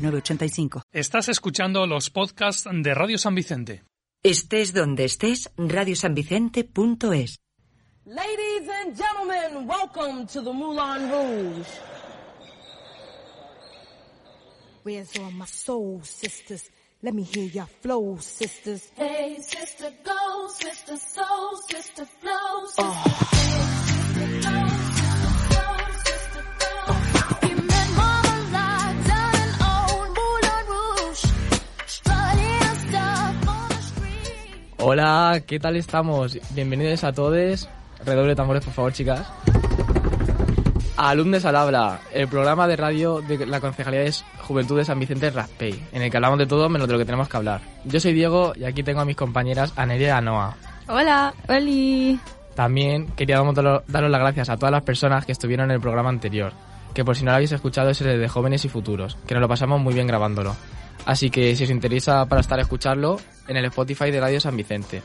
985. Estás escuchando los podcasts de Radio San Vicente. Estés donde estés, radiosanvicente.es. Ladies and gentlemen, welcome to the Moulin Rouge. Where's all my soul, sisters? Let me hear your flow, sisters. Hey, sister, go, sister, soul, sister, flow, sister. Oh. Hey, sister, go. Hola, ¿qué tal estamos? Bienvenidos a todos. Redoble tambores, por favor, chicas. A Alumnes al Habla, el programa de radio de la Concejalía de Juventud de San Vicente Raspey, en el que hablamos de todo menos de lo que tenemos que hablar. Yo soy Diego y aquí tengo a mis compañeras Anelia y Anoa. Hola, Oli. También queríamos daros las gracias a todas las personas que estuvieron en el programa anterior, que por si no lo habéis escuchado es el de Jóvenes y Futuros, que nos lo pasamos muy bien grabándolo. Así que si os interesa para estar a escucharlo, en el Spotify de Radio San Vicente.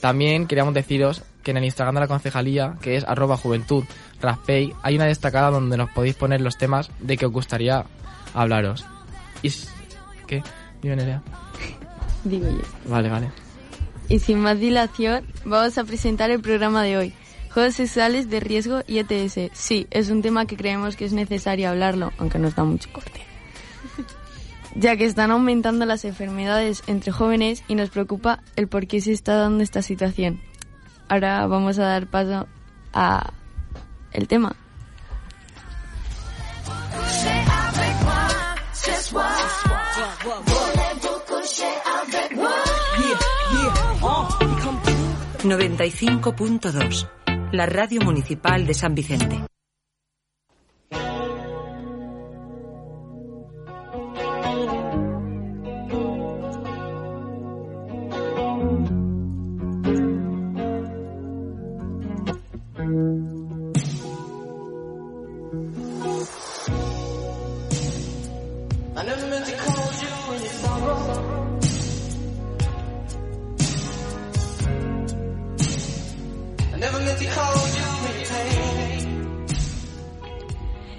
También queríamos deciros que en el Instagram de la concejalía, que es arroba juventud raspey, hay una destacada donde nos podéis poner los temas de que os gustaría hablaros. ¿Y qué? Dime, Nerea. Digo yo. Vale, vale. Y sin más dilación, vamos a presentar el programa de hoy. Juegos sexuales de riesgo y ETS. Sí, es un tema que creemos que es necesario hablarlo, aunque nos da mucho corte ya que están aumentando las enfermedades entre jóvenes y nos preocupa el por qué se está dando esta situación. Ahora vamos a dar paso a el tema. ...95.2... ...la radio municipal de San Vicente.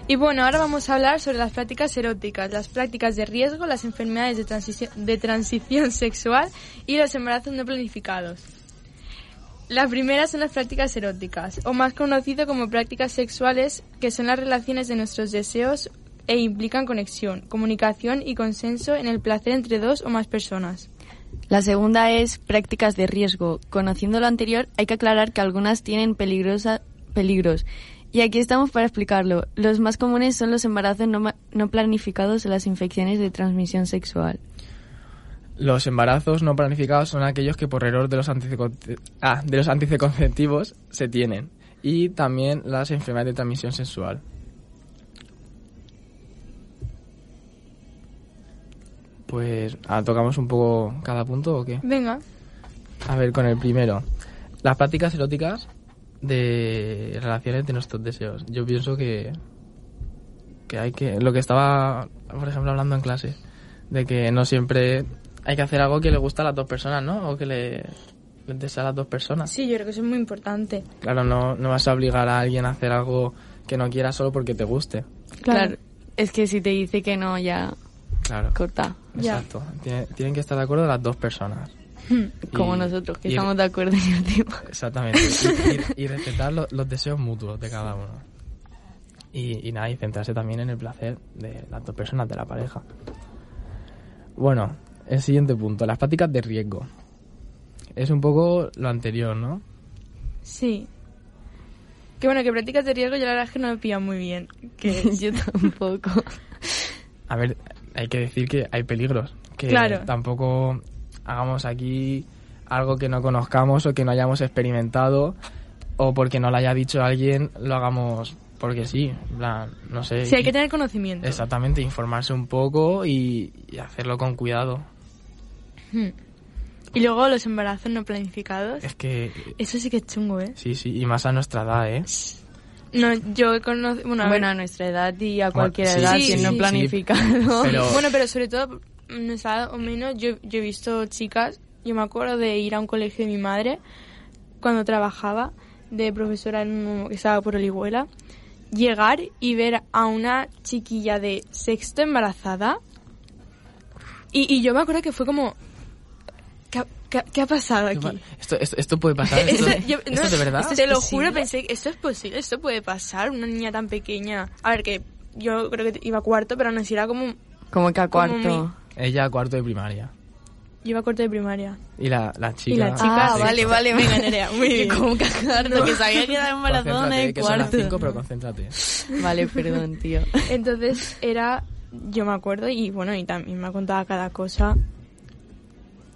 Y bueno, ahora vamos a hablar sobre las prácticas eróticas, las prácticas de riesgo, las enfermedades de, transici de transición sexual y los embarazos no planificados. Las primeras son las prácticas eróticas, o más conocido como prácticas sexuales, que son las relaciones de nuestros deseos e implican conexión, comunicación y consenso en el placer entre dos o más personas. La segunda es prácticas de riesgo. Conociendo lo anterior, hay que aclarar que algunas tienen peligrosa, peligros. Y aquí estamos para explicarlo. Los más comunes son los embarazos no, no planificados o las infecciones de transmisión sexual. Los embarazos no planificados son aquellos que por error de los, ah, de los anticonceptivos se tienen. Y también las enfermedades de transmisión sexual. Pues, ah, ¿tocamos un poco cada punto o qué? Venga. A ver, con el primero. Las prácticas eróticas de relaciones de nuestros deseos. Yo pienso que, que hay que... Lo que estaba, por ejemplo, hablando en clase, de que no siempre hay que hacer algo que le gusta a las dos personas, ¿no? O que le, le desea a las dos personas. Sí, yo creo que eso es muy importante. Claro, no, no vas a obligar a alguien a hacer algo que no quiera solo porque te guste. Claro. claro. Es que si te dice que no, ya... Claro. Corta. Exacto. Tiene, tienen que estar de acuerdo las dos personas. Como y, nosotros, que y, estamos de acuerdo en el tema. Exactamente. Y, y respetar los, los, deseos mutuos de cada uno. Y, nada, y centrarse también en el placer de las dos personas de la pareja. Bueno, el siguiente punto, las prácticas de riesgo. Es un poco lo anterior, ¿no? Sí. Que bueno, que prácticas de riesgo yo la verdad es que no me pilla muy bien. Que yo tampoco. A ver, hay que decir que hay peligros. Que claro. tampoco hagamos aquí algo que no conozcamos o que no hayamos experimentado o porque no lo haya dicho alguien, lo hagamos porque sí, en plan, no sé. Sí, hay que tener conocimiento. Exactamente, informarse un poco y, y hacerlo con cuidado. Hmm. Y luego los embarazos no planificados. Es que, Eso sí que es chungo, ¿eh? sí, sí, y más a nuestra edad, ¿eh? No, yo conozco... Bueno, a ver, Bueno, a nuestra edad y a Bueno, cualquier sí, edad, sí, si no sí. planificado. Pero- Bueno, pero sobre todo, no es nada o menos, yo, yo he visto chicas, yo me acuerdo de ir a un colegio de mi madre cuando trabajaba de profesora en un- que estaba por Orihuela, llegar y ver a una chiquilla de sexto embarazada y, y yo me acuerdo que fue como... ¿Qué, ha- qué ha- qué ha pasado ¿Qué aquí? pa- Esto, esto, esto puede pasar. Eh, Esto, Esto- yo- esto no, de verdad. Te lo juro, pensé que esto es posible, esto puede pasar, una niña tan pequeña. A ver, que yo creo que iba a cuarto, pero aún así era como... Como que a Como cuarto. mi- Ella a cuarto de primaria. Yo iba a cuarto de primaria. Y la, la chica. Y la chica, a Ah, sexto. vale, vale, Venga, venga, Nerea, muy bien. Como que a cuarto, que sabía que era embarazada Concéntrate, en que son las cuarto. cinco, pero concéntrate. Vale, perdón, tío. Entonces era... Yo me acuerdo y bueno, y también me contaba cada cosa.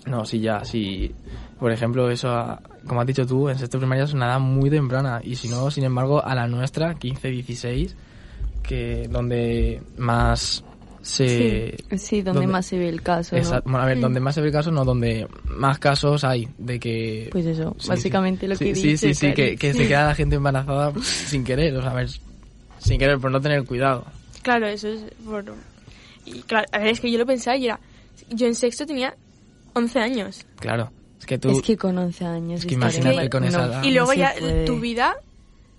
No, sí, ya, sí. Por ejemplo, eso, ah, como has dicho tú, en sexto de primaria es una edad muy temprana. Y si no, sin embargo, a la nuestra, 15, 16, que donde más se... Sí, donde ¿Dónde? más se ve el caso, ¿no? Exa- Bueno, a ver, donde más se ve el caso, no, donde más casos hay de que... Pues eso, Sí, básicamente sí. lo Sí, que Sí, dices. sí, sí, que, Cari. que se queda la gente embarazada sin querer, o sea, a ver, sin querer, por no tener cuidado. Claro, eso es por... Y claro, a ver, es que yo lo pensaba y era... Yo en sexto tenía 11 años. Claro, es que tú... Es que con 11 años. Es que estar imagínate embarazada- con esa no, edad. Ah, y luego no se ya puede. tu vida...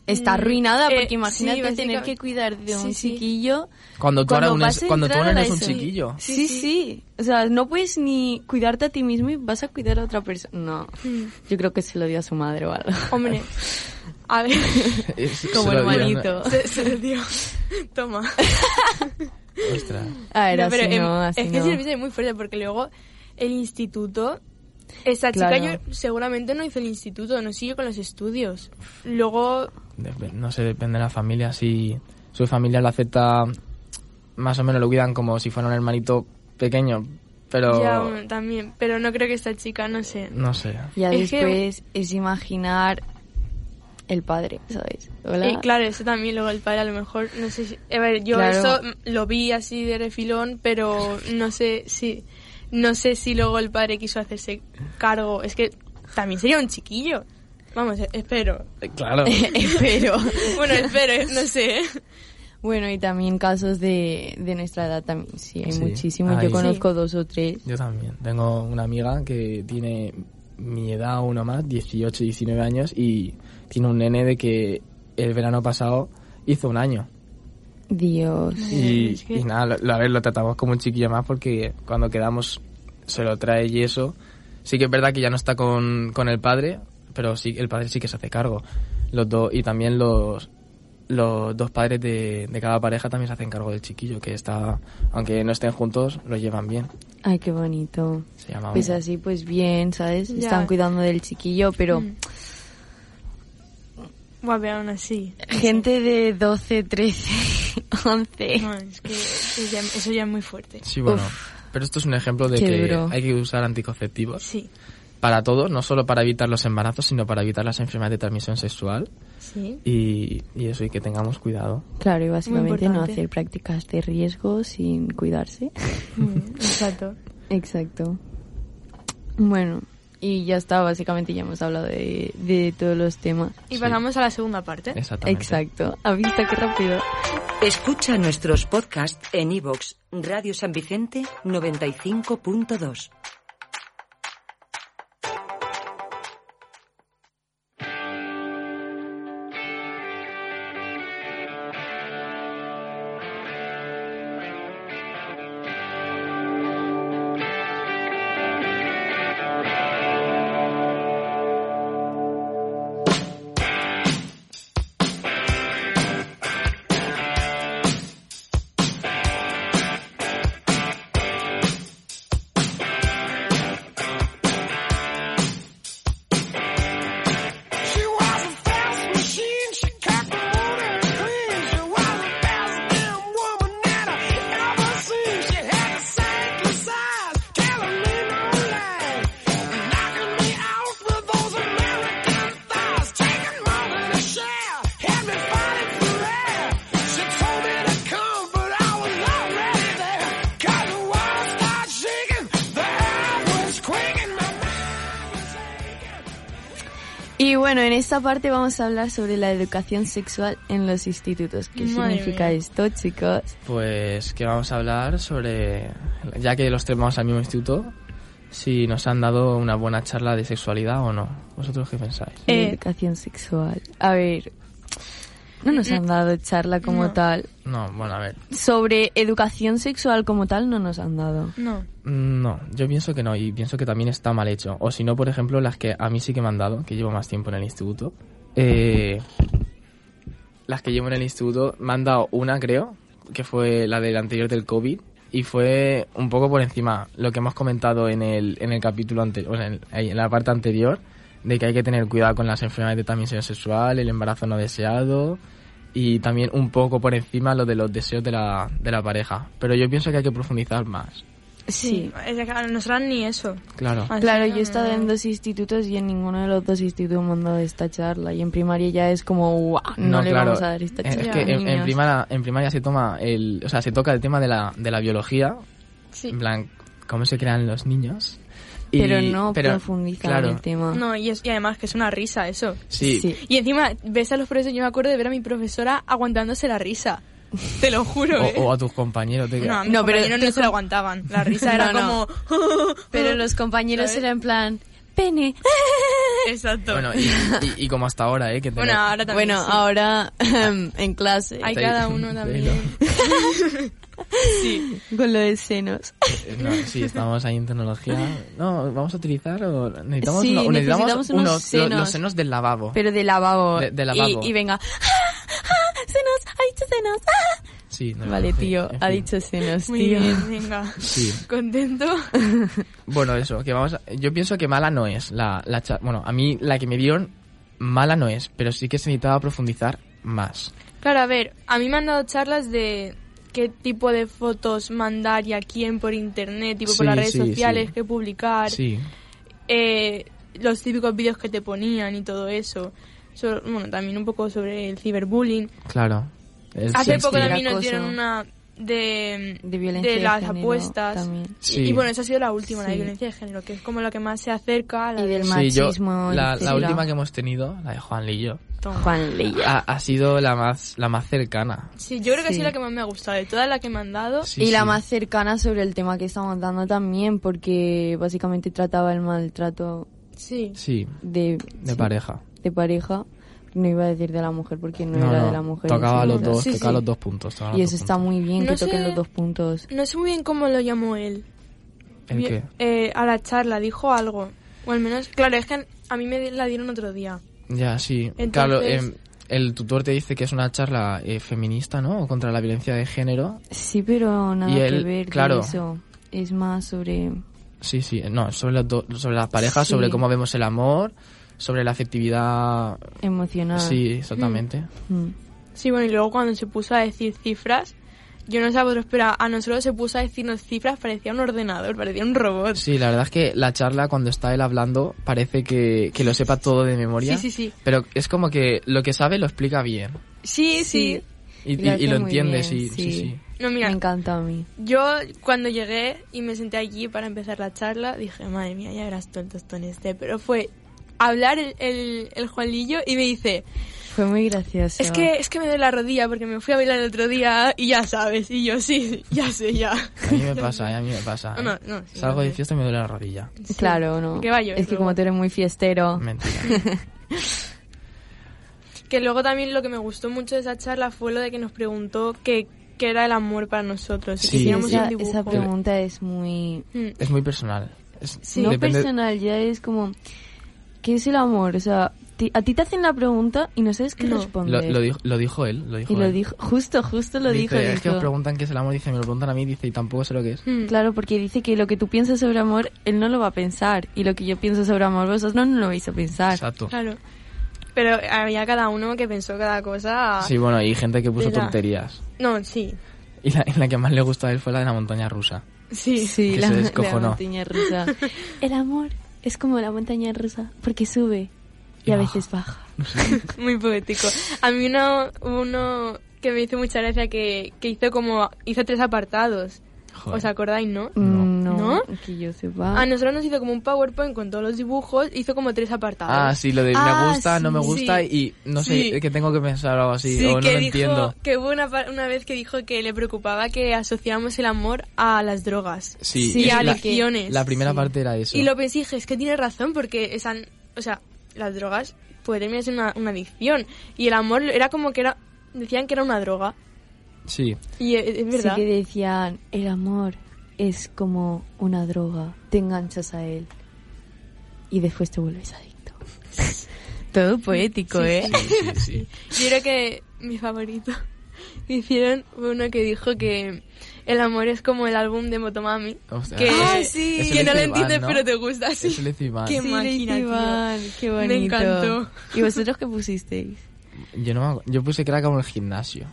Está arruinada Eh, porque sí, imagínate tener básicamente. que cuidar de un Sí, sí. chiquillo. cuando tú ahora cuando unes, vas a cuando tú entrar ahora a la unes un ESO. chiquillo. Sí, sí, O sea, no puedes ni cuidarte a ti mismo y vas a cuidar a otra persona. No. Yo creo que se lo dio a su madre o algo. Mm. Hombre, a ver... es- eh, Como se lo el dirán, malito. se, se lo dio. Toma. Ostras. A ver, No, así pero em, no, así es que no. ese servicio es muy fuerte porque luego el instituto, esa chica Claro. yo seguramente no hizo el instituto, no siguió con los estudios. Luego, Dep- no sé, depende de la familia. Si su familia lo acepta, más o menos lo cuidan como si fuera un hermanito pequeño, pero ya bueno, también, pero no creo que esta chica, no sé. no sé. Ya Es que- después es imaginar el padre, ¿sabes? Hola. Y Eh, claro, eso también, luego el padre a lo mejor, no sé, si- a ver, yo Claro. eso mm, lo vi así de refilón, pero no sé si, no sé si luego el padre quiso hacerse cargo, es que también sería un chiquillo. Vamos, e- espero. Eh, Claro. Espero. Bueno, espero, eh, no sé. Bueno, y también casos de, de nuestra edad también. Sí, hay Sí, muchísimos. hay. Yo conozco dos o tres. Yo también. Tengo una amiga que tiene mi edad o uno más, 18, 19 años, y tiene un nene de que el verano pasado hizo un año. Dios. Y, y nada, lo- lo, a ver, lo tratamos como un chiquillo más porque cuando quedamos se lo trae y eso. Sí que es verdad que ya no está con, con el padre, pero sí el padre sí que se hace cargo. Los dos, y también los, los dos padres de, de cada pareja también se hacen cargo del chiquillo, que está, aunque no estén juntos, lo llevan bien. Ay, qué bonito. Se llama Pues Hugo. así, pues bien, ¿sabes? Ya. Mm. Están cuidando del chiquillo, pero Bueno, pero aún así. gente de 12, 13, 11. No, es que eso ya, eso ya es muy fuerte. Sí, bueno. Uf. Pero esto es un ejemplo de Qué que duro. hay que usar anticonceptivos Sí. para todo, no solo para evitar los embarazos, sino para evitar las enfermedades de transmisión sexual Sí. y, y eso, y que tengamos cuidado. Claro, y básicamente no importante. hacer prácticas de riesgo sin cuidarse. Exacto. Exacto. Bueno, y ya está, básicamente ya hemos hablado de, de todos los temas. Y Sí. pasamos a la segunda parte. Exactamente. Exacto. ¿Has visto qué rápido? Escucha nuestros podcasts en iVoox, Radio San Vicente 95.2. Thank Y bueno, en esta parte vamos a hablar sobre la educación sexual en los institutos. ¿Qué Madre significa mía. esto, chicos? Pues que vamos a hablar sobre, ya que los tres vamos al mismo instituto, si nos han dado una buena charla de sexualidad o no. ¿Vosotros qué pensáis? Eh. Educación sexual. A ver, no nos han dado charla como Mm, No. tal. No, bueno, a ver. Sobre educación sexual como tal no nos han dado. No. Mm, No, yo pienso que no y pienso que también está mal hecho. O si no, por ejemplo, las que a mí sí que me han dado, que llevo más tiempo en el instituto. eh, las que llevo en el instituto me han dado una, creo, que fue la del anterior del COVID y fue un poco por encima lo que hemos comentado en el, en el capítulo anterior, en, el- en la parte anterior, de que hay que tener cuidado con las enfermedades de transmisión sexual, el embarazo no deseado y también un poco por encima lo de los deseos de la, de la pareja. Pero yo pienso que hay que profundizar más. Sí. Ah. Es que a nosotras ni eso. Claro. Así Claro, que yo he estado no. en dos institutos y en ninguno de los dos institutos me han dado esta charla. Y en primaria ya es como, "Guau, no, claro, le Eh, vamos a dar esta es charla. que a en, en niños". primaria, en primaria se toma el, o sea, se toca el tema de la, de la biología, Sí. en plan, cómo se crean los niños. Y- Pero no profundizan claro, en el tema. No, y, es- y además que es una risa eso. Sí, Ah. Sí. Y encima ves a los profesores, yo me acuerdo de ver a mi profesora aguantándose la risa. Te lo juro, Oh, ¿eh? O, o a tus compañeros. te- No, a mis No, pero- compañeros no se la aguantaban. La risa era No, no. como... Pero los compañeros ¿Sabes? eran en plan, pene. Exacto. Bueno, y, y- y como hasta ahora, ¿eh? Que Bueno, tenemos- ahora también Bueno, sí. ahora en clase, Hay te- eh, cada uno también. Sí. con lo de senos. No, sí, estamos ahí en tecnología. No, vamos a utilizar o necesitamos, Sí, uno- o necesitamos necesitamos unos unos- lo- senos. los senos del lavabo. Pero de lavabo. De- de lavabo. Y, y venga, ¡Ah, ah, senos, ha dicho senos. ah". Sí, no, Vale, sí, tío, en ha fin. dicho senos, Muy tío. bien, venga. Sí. ¿Contento? Bueno, eso, que vamos a- Yo pienso que mala no es la, la cha- Bueno, a mí la que me dieron, mala no es, pero sí que se necesitaba profundizar más. Claro, a ver, a mí me han dado charlas de qué tipo de fotos mandar y a quién por internet, tipo por Sí, las redes sí, sociales, sí. qué publicar. Sí. eh, los típicos vídeos que te ponían y todo eso. So- bueno, también un poco sobre el ciberbullying. Claro. El Hace poco sexting. también nos Acoso. dieron una de, De violencia de las género apuestas. también. Y- Sí. Y, bueno, esa ha sido la última, la Sí. de violencia de género, que es como la que más se acerca a la Y del Sí, yo- machismo. la, la etcétera. última que Ah, hemos tenido, la de Juan Lillo, Juan Leia. ha, ha sido la más, la más cercana. Sí, yo creo que sí. Sí. es la que más me ha gustado, de todas las que me han dado. Sí, y la sí. más cercana sobre el tema que estamos dando también, porque básicamente trataba el maltrato Sí. Sí, de, de sí, pareja. de pareja. No iba a decir de la mujer porque no, No, era no, de la mujer. en Tocaba sí los mismo. dos, Sí, tocaba sí. los dos puntos. tocaba Y los eso dos está puntos. muy bien No que toquen sé- los dos puntos. No sé muy bien cómo lo llamó él. ¿El Bien, qué? eh, a la charla, dijo algo. O al menos, claro, es que a mí me la dieron otro día. Ya, sí. Entonces- Claro, em, el tutor te dice que es una charla eh, feminista, ¿no? O Contra la violencia de género. Sí, pero nada Y él, que ver de claro. eso. Es más sobre... Sí, sí, no, sobre, las do- sobre las parejas, Sí. sobre cómo vemos el amor, sobre la afectividad. emocional. Sí, exactamente. Ah. Mm. Sí, bueno, y luego cuando se puso a decir cifras, yo no sé a vosotros, pero a nosotros se puso a decirnos cifras, parecía un ordenador, parecía un robot. Sí, la verdad es que la charla, cuando está él hablando, parece que, que lo sepa todo de memoria. Sí, sí, sí. Pero es como que lo que sabe lo explica bien. Sí, sí. Y, Y y- lo y lo hace muy entiende, sí, bien, sí, sí. sí. No, Me mira, encanta a mí. yo cuando llegué y me senté allí para empezar la charla, dije, madre mía, ya verás tú el tostón este. Pero fue hablar el, el, el Juanillo y me dice, Fue muy gracioso. es que, es que me duele la rodilla porque me fui a bailar el otro día y ya sabes. Y yo, sí, ya sé, ya. A mí me pasa, eh, a mí me pasa. eh. No, no, sí, Salgo no de sé. fiesta y me duele la rodilla. Claro, ¿no? Que vaya, es que luego. como tú eres muy fiestero. Mentira. Que luego también lo que me gustó mucho de esa charla fue lo de que nos preguntó qué qué era el amor para nosotros. y que Sí. hiciéramos esa, un dibujo. esa pregunta es muy... Mm, Es muy personal. Es- no depende- personal, ya es como... ¿Qué es el amor? O sea, ti- a ti te hacen la pregunta y no sabes qué No. Lo, responder. lo dijo, lo dijo él, lo dijo y lo él. dijo... Justo, justo lo Dice, dijo. Es que dijo. os preguntan qué es el amor, dice, me lo preguntan a mí, dice, y tampoco sé lo que es. mm. Claro, porque dice que lo que tú piensas sobre amor, él no lo va a pensar. Y lo que yo pienso sobre amor, vosotros no lo vais a pensar. Exacto. Claro. Pero había cada uno que pensó cada cosa. Sí, bueno, y gente que puso Tela. tonterías. No, sí. Y la, y la que más le gustó a él fue la de la montaña rusa. Sí. Sí, Que la, se la descojonó. montaña rusa. El amor es como la montaña rusa, porque sube y, a veces baja. Muy poético. A mí uno, uno que me hizo mucha gracia que, que hizo como. hizo tres apartados. Joder. Ah. ¿Os acordáis, no? Mm, No. No, ¿No? que yo sepa. A nosotros nos hizo como un PowerPoint con todos los dibujos, hizo como tres apartados. Ah, sí, lo de Ah, me gusta, no me sí. gusta y no sé, Sí. que tengo que pensar algo así, o no que lo dijo, entiendo. que hubo una, pa- una vez que dijo que le preocupaba que asociamos el amor a las drogas Sí, Sí, y es a la, que- adicciones. la primera sí. parte era eso. Y lo pensé y dije, es que tiene razón, porque están, o sea, las drogas puede terminar siendo una, una adicción. Y el amor era como que era, decían que era una droga. Sí, Y e- es, sí verdad. que decían, el amor es como una droga, te enganchas a él y después te vuelves adicto. Todo poético, ¿eh? sí, sí, sí. Yo creo que mi favorito que hicieron fue uno que dijo que el amor es como el álbum de Motomami. Ostras. Que, Ah, sí. Eso que lo no hizo Iván, lo entiendes, ¿no? pero te gusta. Sí. Eso lo hizo Iván. Qué máquina, tío. qué bonito. Me encantó. ¿Y vosotros qué pusisteis? Yo, no me acu- yo puse que era como el gimnasio.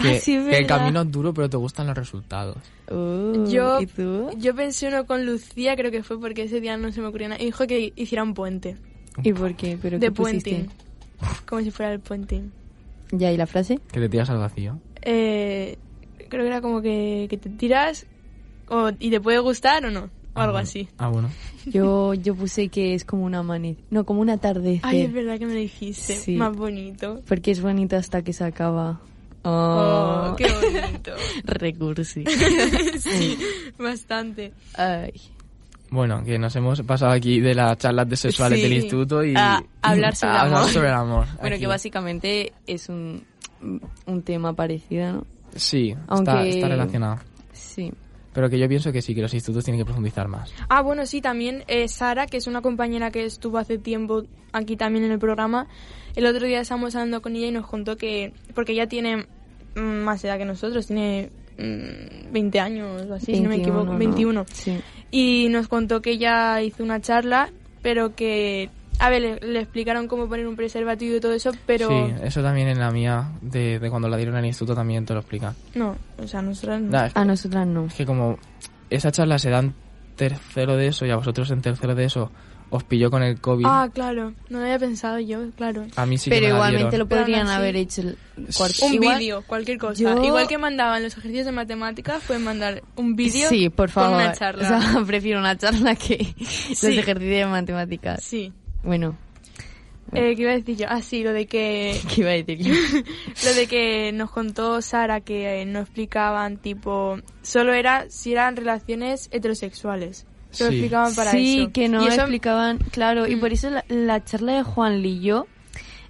Ah, Que, sí, es que el verdad. camino es duro, pero te gustan los resultados. Oh, Yo, ¿Y tú? yo pensé uno con Lucía, creo que fue porque ese día no se me ocurrió nada. Y dijo que hiciera un puente. ¿Y por qué? ¿Pero De qué pusiste? puenting. Como si fuera el puenting. ¿Ya y la frase? Que te tiras al vacío. Eh, creo que era como que, que te tiras o- y te puede gustar o no. O Ah, algo bueno. así. Ah, bueno. Yo, yo puse que es como una amanecer, no, como un atardecer, Ay, es verdad que me lo dijiste. Sí. Más bonito. porque es bonito hasta que se acaba. Oh, Oh, qué bonito. recursi. sí, bastante. Ay. Bueno, que nos hemos pasado aquí de las charlas de sexuales Sí. del instituto y... A hablar sobre el a hablar amor. sobre el amor. Bueno, aquí. que básicamente es un, un tema parecido, ¿no? Sí, está- Aunque- está relacionado. Sí. Pero que yo pienso que sí, que los institutos tienen que profundizar más. Ah, bueno, sí, también eh, Sara, que es una compañera que estuvo hace tiempo aquí también en el programa, el otro día estábamos hablando con ella y nos contó que, porque ella tiene mm, más edad que nosotros, tiene mm, 20 años o así, si no me equivoco, 21. Sí. Y nos contó que ella hizo una charla, pero que, a ver, le, le explicaron cómo poner un preservativo y todo eso, pero... Sí, eso también en la mía, de, de cuando la dieron al instituto también te lo explican. No, o sea, nosotros no. Nah, es, A nosotras no. es que como esa charla se da en tercero de eso y a vosotros en tercero de eso os pilló con el COVID, Ah, claro, no lo había pensado yo, claro. a mí sí que Pero me la igualmente dieron. lo podrían Pero aún así- haber hecho el cuarto. Un Pues Igual- vídeo, cualquier cosa. Yo- Igual que mandaban los ejercicios de matemáticas, pueden mandar un vídeo Sí, por favor. con una charla. O sea, prefiero una charla que los ejercicios de matemáticas. sí. Bueno, Eh, ¿Qué iba a decir yo? Ah, sí, lo de que... ¿qué iba a decir yo? lo de que nos contó Sara que eh, no explicaban, tipo... Solo era si eran relaciones heterosexuales. Solo Sí. explicaban Ah, para sí, eso. que no Y eso- Mm. explicaban, claro, y por eso la, la charla de Juan Lillo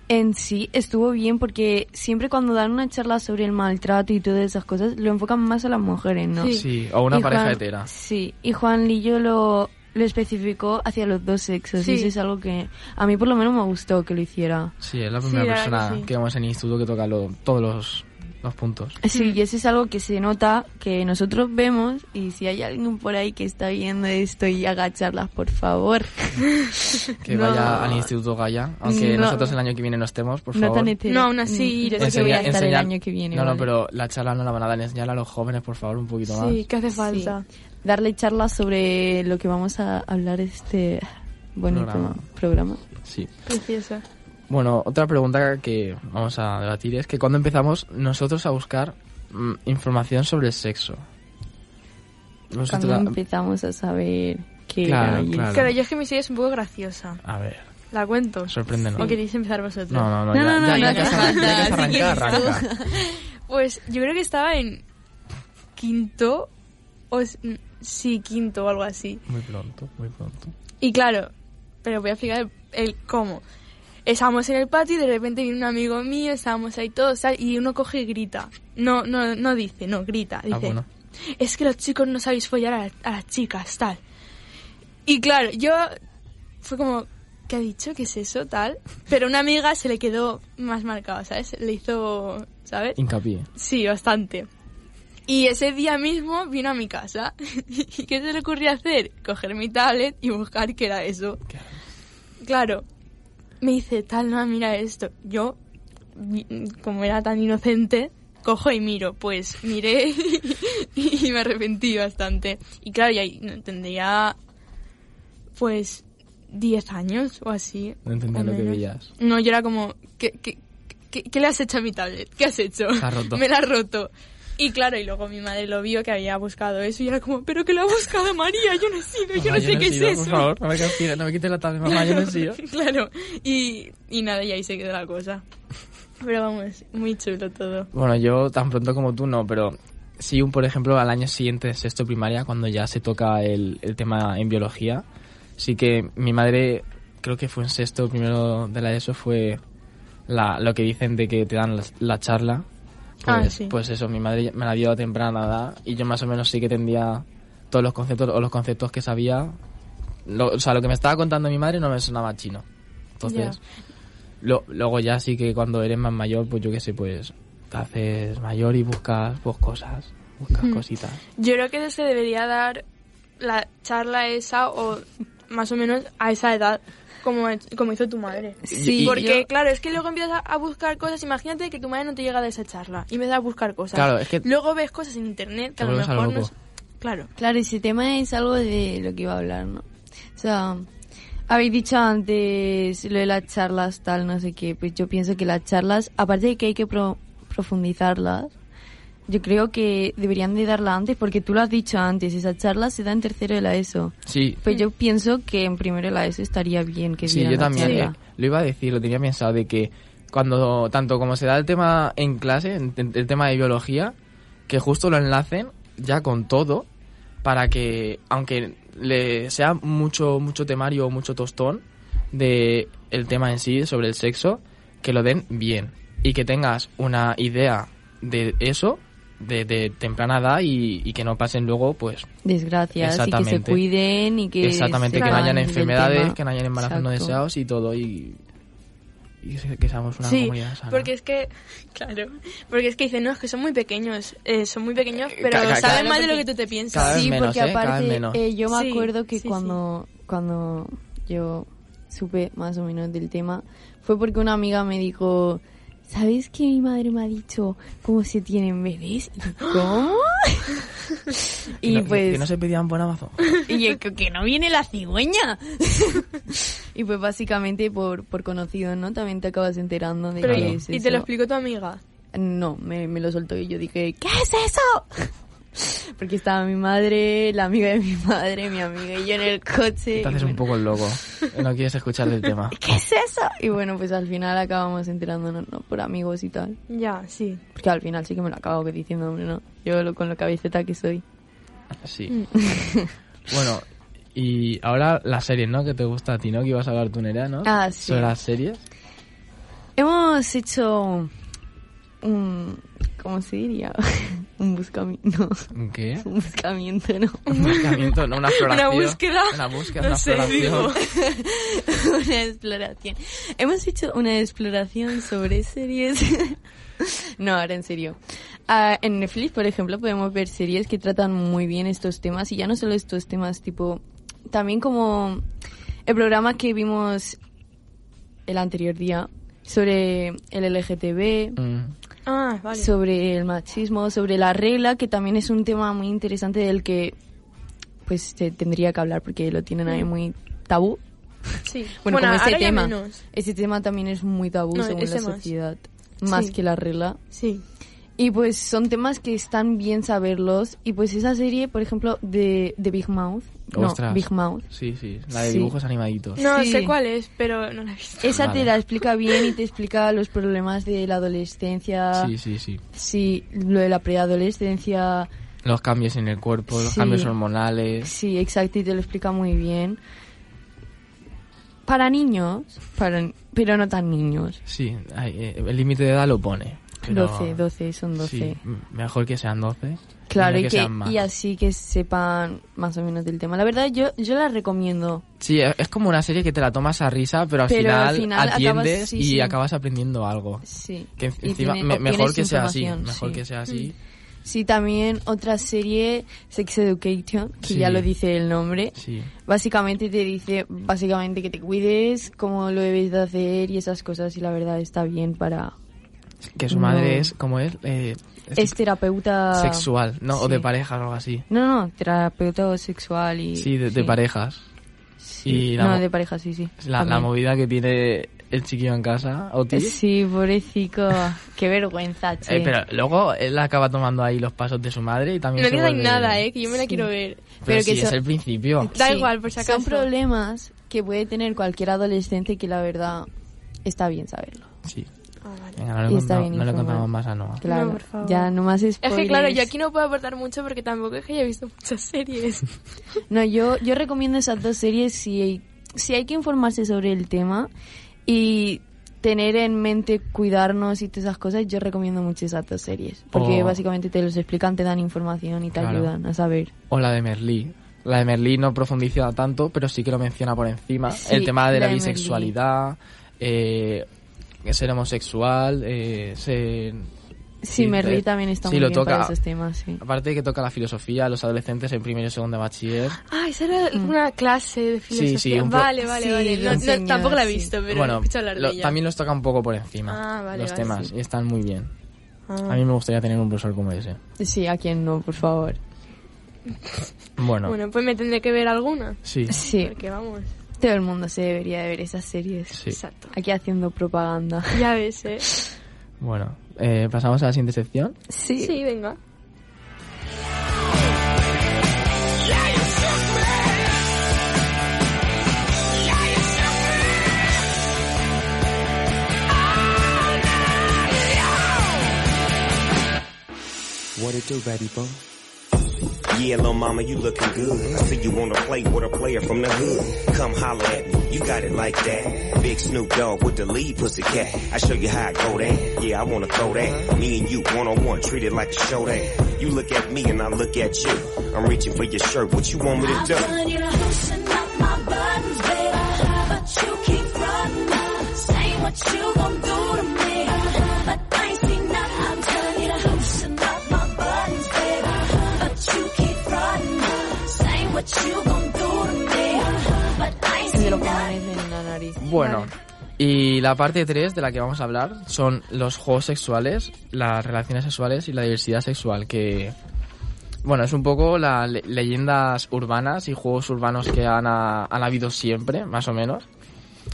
en sí estuvo bien porque siempre cuando dan una charla sobre el maltrato y todas esas cosas lo enfocan más a las mujeres, ¿no? Sí. Sí, o una Y pareja Juan- hetera. Sí, y Juan Lillo lo, lo especificó hacia los dos sexos Sí. y eso es algo que a mí por lo menos me gustó que lo hiciera. Sí, es la Sí, primera la verdad persona que sí. que vemos en el instituto que toca lo- todos los, los puntos. Sí, Mm. y eso es algo que se nota, que nosotros vemos, y si hay alguien por ahí que está viendo esto y haga charlas, por favor, Que No. vaya al instituto Gaya, aunque No. nosotros el año que viene no estemos, por no favor. tan hetero. Mm. No, aún así, yo sé que Porque voy a Enseña- estar el enseñar- año que viene. No, no, ¿vale? pero la charla no la van a dar, enseñar a los jóvenes, por favor, un poquito más. Sí, que hace falta. Sí. Darle charlas sobre lo que vamos a hablar este bonito Programa. programa. Sí. Preciosa. Bueno, otra pregunta que vamos a debatir es que cuando empezamos nosotros a buscar mm, información sobre el sexo. Cuando Nosotros... empezamos a saber que Pues Claro, era y claro. Claro, yo es que mi serie es un poco graciosa. A ver, ¿La cuento? sorpréndenos. ¿O queréis empezar vosotros? No, no, no, No, ya, no, no, ya- ya no que has hace arran- ya falta, que has si arrancado, quieres arranca. Pues yo creo que estaba en quinto o s- mm, sí, quinto o algo así. Muy pronto, muy pronto. Y claro, pero voy a explicar el, el cómo. Estábamos en el patio y de repente viene un amigo mío, estábamos ahí todos, tal, y uno coge y grita. No, no, no dice, no, grita. Dice, Ah, bueno. es que los chicos no sabéis follar a, la- a las chicas, tal. Y claro, yo fue como, ¿qué ha dicho? ¿Qué es eso? Tal. Pero una amiga se le quedó más marcada, ¿sabes? Le hizo, ¿sabes? Hincapié. Sí, bastante. Y ese día mismo vino a mi casa. ¿Y qué se le ocurrió hacer? Coger mi tablet y buscar qué era eso. Claro. Me dice, tal, no, mira esto. Yo, mi- como era tan inocente, cojo y miro. Pues miré y me arrepentí bastante. Y claro, ya tendría, pues, 10 años o así. No entendía o lo que menos. veías. No, yo era como, ¿qué, qué, qué, qué le has hecho a mi tablet? ¿Qué has hecho? ha roto. Me la has roto. Y claro, y luego mi madre lo vio que había buscado eso y era como, pero que lo ha buscado María, yo no he sido, yo no sé qué es eso. Por favor, no me, castigue, no me quite la tabla, mamá, yo no he sido. Claro, y, y nada, y ahí se quedó la cosa. Pero vamos, muy chulo todo. Bueno, yo tan pronto como tú no, pero sí, un, por ejemplo, al año siguiente, sexto primaria, cuando ya se toca el, el tema en biología, sí que mi madre, creo que fue en sexto, primero de la ESO, fue la, lo que dicen de que te dan la, la charla. Pues, Ah, sí. pues eso, mi madre me la dio a temprana edad y yo más o menos sí que tendía todos los conceptos o los conceptos que sabía. Lo- o sea, lo que me estaba contando mi madre no me sonaba chino. Entonces, lo- luego ya sí que cuando eres más mayor, pues yo qué sé, pues te haces mayor y buscas pues cosas, buscas cositas. Yo creo que se debería dar la charla esa o más o menos a esa edad. Como, como hizo tu madre. Sí, Porque, yo- claro, es que luego empiezas a- a buscar cosas. Imagínate que tu madre no te llega de esa charla y empiezas a buscar cosas. Claro, es que- Luego ves cosas en internet que Te a lo vuelves a mejor lo no. loco. es- Claro. Claro, ese tema es algo de lo que iba a hablar, ¿no? O sea, habéis dicho antes lo de las charlas, tal, no sé qué. Pues yo pienso que las charlas, aparte de que hay que pro- profundizarlas, yo creo que deberían de darla antes, porque tú lo has dicho antes, esa charla se da en tercero de la ESO. Sí, Pues yo pienso que en primero de la ESO estaría bien que Sí, dieran yo la también charla. eh, lo iba a decir, lo tenía pensado de que cuando tanto como se da el tema en clase, en- en- el tema de biología, que justo lo enlacen ya con todo para que aunque le sea mucho mucho temario o mucho tostón de el tema en sí sobre el sexo, que lo den bien y que tengas una idea de eso de, de temprana edad y, y que no pasen luego pues Desgracias, y que se Exactamente. cuiden y que... Exactamente, que no sepan hayan del enfermedades, tema. que no hayan embarazos no Exacto. deseados y todo, y, y que se- que seamos una sí, comunidad sana. porque es que, claro, porque es que dicen, no, es que son muy pequeños, eh, son muy pequeños, pero ca- ca- saben cada- más de lo que tú te piensas. cada vez sí, menos, porque ¿eh? Cada aparte vez menos. eh, yo me Sí, acuerdo que sí, sí. cuando cuando yo supe más o menos del tema fue porque una amiga me dijo ¿Sabes que mi madre me ha dicho cómo se tienen bebés? Y yo, ¿Cómo? Que y no- que- pues Que no se pedían por Amazon. y yo, que- que no viene la cigüeña. y pues básicamente por por conocido, ¿no? También te acabas enterando de Pero, que y, es y te lo eso. explicó tu amiga. No, me, me lo soltó y yo dije, ¿qué es eso? Porque estaba mi madre, la amiga de mi madre, mi amiga y yo en el coche. Te haces y un bueno, poco el loco. No quieres escuchar del tema. ¿Qué es eso? Y bueno, pues al final acabamos enterándonos, ¿no? Por amigos y tal. Ya, sí. Porque al final sí que me lo acabo que diciendo, hombre, no. Yo lo, con lo cabeceta que soy. Mm. Sí. Bueno, y ahora las series, ¿no? Que te gusta a ti, ¿no? Que ibas a hablar tú, Nerea, ¿no? Ah, sí. Sobre las series. Hemos hecho un... ¿Cómo se diría? un buscamiento. ¿Qué? un buscamiento, ¿no? Un buscamiento, no una exploración. búsqueda. Una búsqueda, No una sé, exploración. digo. una exploración. Hemos hecho una exploración sobre series. no, ahora en serio. Ah, en Netflix, por ejemplo, podemos ver series que tratan muy bien estos temas y ya no solo estos temas, tipo también como el programa que vimos el anterior día sobre el LGTB, Mm. Ah, vale. sobre el machismo, sobre la regla, que también es un tema muy interesante del que pues se tendría que hablar porque lo tienen ahí muy tabú. sí. este Bueno, como ese Mm. ahora ya tema. menos. Ese tema también es muy tabú No, según la ese más. sociedad, más Sí. que la regla. Sí. Y pues son temas que están bien saberlos. Y pues esa serie, por ejemplo, de, de Big Mouth. Ostras. No, Big Mouth. Sí, sí. La de Sí. dibujos animaditos. No Sí. sé cuál es, pero no la he visto. Esa Ah, Vale. te la explica bien y te explica los problemas de la adolescencia. Sí, sí, sí. Sí, lo de la preadolescencia. Los cambios en el cuerpo, los Sí. cambios hormonales. Sí, exacto, y te lo explica muy bien. Para niños, para, pero no tan niños. Sí, hay, eh, el límite de edad lo pone. pero- 12, 12, son 12. Sí, m- mejor que sean 12. Claro, menos y, que, sean más. y así que sepan más o menos del tema. La verdad, yo, yo la recomiendo. Sí, e, es es como una serie que te la tomas a risa, pero al, Pero final, al final atiendes acabas- sí, y sí. acabas aprendiendo algo. Sí. Que en- Y encima, tiene- me- obtienes mejor que sea así, información, mejor sí. Mm. que sea así. Sí, también otra serie, Sex Education, que Sí. ya lo dice el nombre. Sí. Básicamente te dice básicamente que te cuides, cómo lo debes de hacer y esas cosas. Y la verdad está bien para... Que su No. madre es, como es, Eh, es Es terapeuta... sexual, ¿no? O de sí. parejas o algo así. No, no, terapeuta sexual y... Sí, de, de parejas. sí. y la no, mo- de pareja, sí, sí. La, la También. movida que tiene el chiquillo en casa, Otis. Sí, pobrecito. Qué vergüenza, che. Eh, pero luego él acaba tomando ahí los pasos de su madre y también No se digáis vuelve- nada, eh, que yo me la Sí. quiero ver. Pero, pero que sí, es eso- el principio. Da Sí, igual, por si Son acaso. problemas que puede tener cualquier adolescente y que la verdad está bien saberlo. Sí. Ah, Venga, no le, Y está contamos- bien no le informado. contamos más a Noah. Claro. por favor. Ya, no más Es spoilers. que claro, yo aquí no puedo aportar mucho porque tampoco es que haya visto muchas series. No, yo, yo recomiendo esas dos series si hay, si hay que informarse sobre el tema y tener en mente cuidarnos y todas esas cosas, yo recomiendo mucho esas dos series. Porque Oh. básicamente te los explican, te dan información y te Claro. ayudan a saber. O la de Merlí. La de Merlí no profundiza tanto, pero sí que lo menciona por encima. Sí, el tema de la, la de Merlí. bisexualidad, eh, ser homosexual, eh, ser... Sí, Sí, Merlí eh, también está sí, muy lo bien toca. para esos temas, sí. Aparte de que toca la filosofía a los adolescentes en primero y segundo de bachiller. Ah, esa era una clase de filosofía. Sí, sí, un pro- vale, vale, Sí, vale. lo No- no, enseña, tampoco la he sí. visto, pero he bueno, escuchado hablar lo- de ella. también los toca un poco por encima Ah, vale, los vale, temas sí. y están muy bien. Ah. A mí me gustaría tener un profesor como ese. Sí, a quien no, por favor. Bueno, Bueno, pues me tendré que ver alguna. sí, Sí, Porque vamos. todo el mundo se debería de ver esas series. sí. Exacto. Aquí haciendo propaganda. Ya ves, ¿eh? Bueno, eh, pasamos a la siguiente sección. Sí. Sí, venga. What it do, baby boy? Yeah, little mama, you looking good. I see you wanna play with a player from the hood. Come holler at me, you got it like that. Big Snoop Dogg with the lead pussy cat. I show you how I go that. Yeah, I wanna throw that. Me and you one on one, treat it like a show that. You look at me and I look at you. I'm reaching for your shirt. What you want me to do? I need a loosen up my buttons, baby. But you keep running. Say what you gon' do to me. But I ain't seen nothing. I need a loosen up my buttons, baby. But you keep running. Say what you gon' do to me. But I ain't Se seen lo nothing. pongan en la nariz. Bueno, y la parte 3 de la que vamos a hablar son los juegos sexuales, las relaciones sexuales y la diversidad sexual, que, bueno, es un poco las leyendas urbanas y juegos urbanos que han, ha- han habido siempre, más o menos.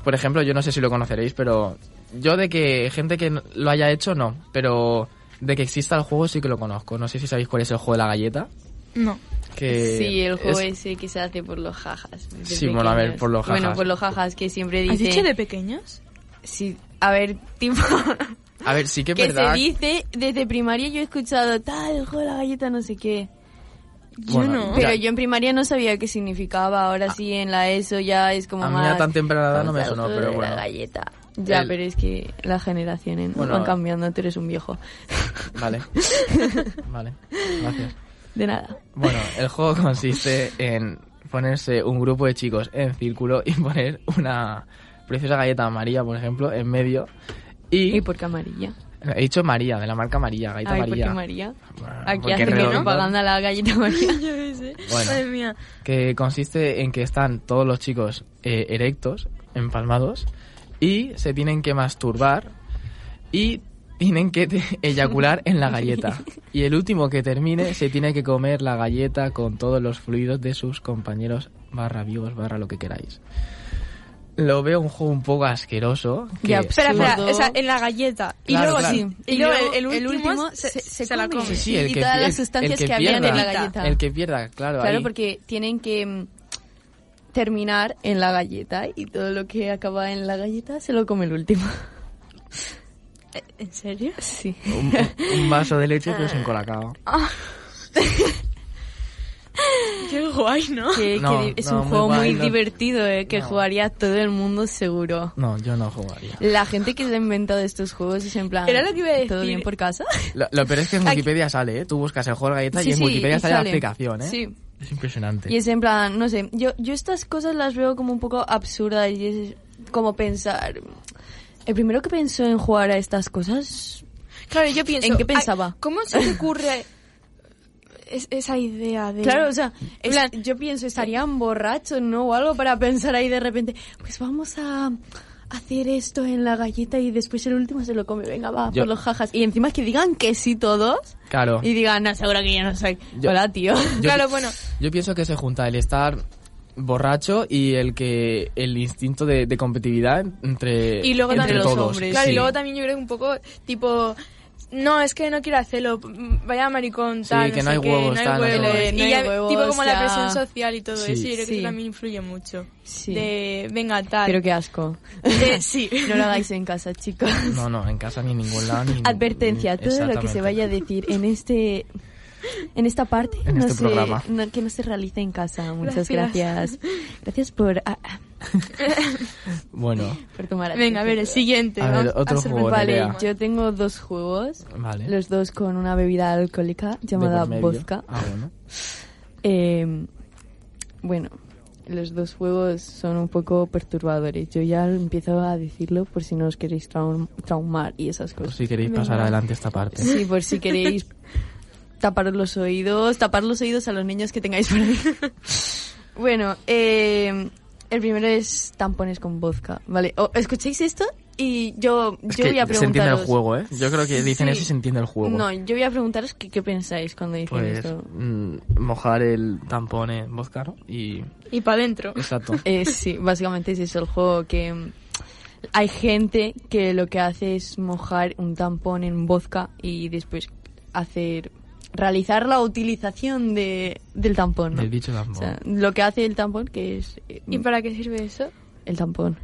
Por ejemplo, yo no sé si lo conoceréis, pero yo de que gente que no- lo haya hecho, no, pero de que exista el juego sí que lo conozco. No sé si sabéis cuál es el juego de la galleta. No. Que sí, el juego Eh, es- ese que se hace por los jajas. desde Sí, bueno, a ver, pequeños. por los Bueno, jajas. por los jajas que siempre dice... ¿Has dicho de pequeños? Sí, a ver, tipo... A ver, sí que es que se verdad. dice, desde primaria yo he escuchado tal, el juego de la galleta, no sé qué. bueno, no. ya- Pero yo en primaria no sabía qué significaba, ahora sí en la ESO ya es como A mí más... a tan temprana edad no me vamos al sonó, juego pero de bueno. la galleta. Ya, El- pero es que las generaciones ¿no? Bueno. van cambiando, tú eres un viejo. Vale. vale. Gracias. De nada. Bueno, el juego consiste en ponerse un grupo de chicos en círculo y poner una preciosa galleta amarilla, por ejemplo, en medio. Y, ¿Y por qué amarilla? he dicho María, de la marca María, galleta Ay, ¿por amarilla. qué María? Bueno, Aquí porque hace es redonda. propaganda la galleta amarilla. Yo qué sé. Bueno. Madre mía. que consiste en que están todos los chicos eh, erectos, empalmados, y se tienen que masturbar y tienen que te- eyacular en la galleta. Y el último que termine se tiene que comer la galleta con todos los fluidos de sus compañeros barra amigos barra lo que queráis. Lo veo un juego un poco asqueroso. que- Ya, pues, Espera, espera, Absurdo. o sea, en la galleta. Y Claro, luego claro. sí. Y, luego el, el último, se, se, la come. Sí, sí, el y que todas pier- las sustancias el que que, habían en la pierda. galleta. el que pierda, claro. Claro, ahí. porque tienen que mm, terminar en la galleta y todo lo que acaba en la galleta se lo come el último. ¿En serio? Sí. Un, un vaso de leche pero sin Ah. colacao. Qué guay, ¿no? Que- que No, di- es no, un muy juego guay, muy no. divertido, eh, que No. jugaría todo el mundo seguro. No, yo no jugaría. La gente que se ha inventado estos juegos es en plan... Era lo que iba a ¿Todo decir. bien por casa? Lo, lo peor es que en Aquí- Wikipedia sale, ¿eh? Tú buscas el juego de galletas Sí, y en sí, Wikipedia y sale, sale. la explicación, ¿eh? Sí. Es impresionante. Y es en plan, no sé, yo, yo estas cosas las veo como un poco absurdas y es como pensar... El primero que pensó en jugar a estas cosas... Claro, yo pienso. ¿En qué ay, pensaba? ¿Cómo se te ocurre es- esa idea de. Claro, o sea, en es- plan, yo pienso, estarían borrachos, ¿no? O algo para pensar ahí de repente, pues vamos a hacer esto en la galleta y después el último se lo come, venga, va, Yo- por los jajas. Y encima que digan que sí todos Claro. y digan, no, seguro que yo no soy. Yo- Hola, tío. Yo claro, pi- bueno. Yo pienso que se junta el estar borracho y el que el instinto de, de competitividad entre, y luego entre también todos. Claro, y sí. luego también yo creo que un poco tipo no, es que no quiero hacerlo, mm, vaya maricón, tal, que no, no hay sé qué, huevos, no hay tal, no hay huevos. huevos. Y No hay ya, huevos, tipo como la ya. presión social y todo Sí. eso, yo creo que Sí. eso también influye mucho. Sí. De, venga, tal. Pero qué asco. Eh, sí. No lo hagáis en casa, chicos. No, no, en casa ni en ningún lado. Ni, Advertencia, ni- todo lo que se exactamente. vaya a decir en este en esta parte En no este se- programa. no- que no se realice en casa. Muchas gracias. Gracias. Gracias por ah, ah, Bueno, por tomar Venga, a ver, el siguiente. A ver, vamos otro ser juego, vale, Nerea. Vale, yo tengo dos juegos, vale. los dos con una bebida alcohólica De llamada por medio. vodka. Ah, bueno. Eh, bueno, los dos juegos son un poco perturbadores. Yo ya empiezo a decirlo por si no os queréis traum- traumar y esas Por cosas. Pues si queréis pasar adelante esta parte. Sí, por si queréis tapar los oídos, tapar los oídos a los niños que tengáis por ahí. bueno, eh, el primero es tampones con vodka, ¿vale? O, ¿Escucháis esto? Y yo, Es yo que voy a se entiende el preguntaros... juego, ¿eh? Yo creo que dicen Sí. eso y se entiende el juego. No, yo voy a preguntaros que- qué pensáis cuando dicen Pues esto. mm, mojar el tampón en vodka, ¿no? Y... Y para adentro. Exacto. Eh, sí, básicamente ese es el juego que mm, hay gente que lo que hace es mojar un tampón en vodka y después hacer realizar la utilización de, del tampón. ¿no? Del dicho tampón. O sea, lo que hace el tampón que es eh, ¿Y para qué sirve eso? el tampón.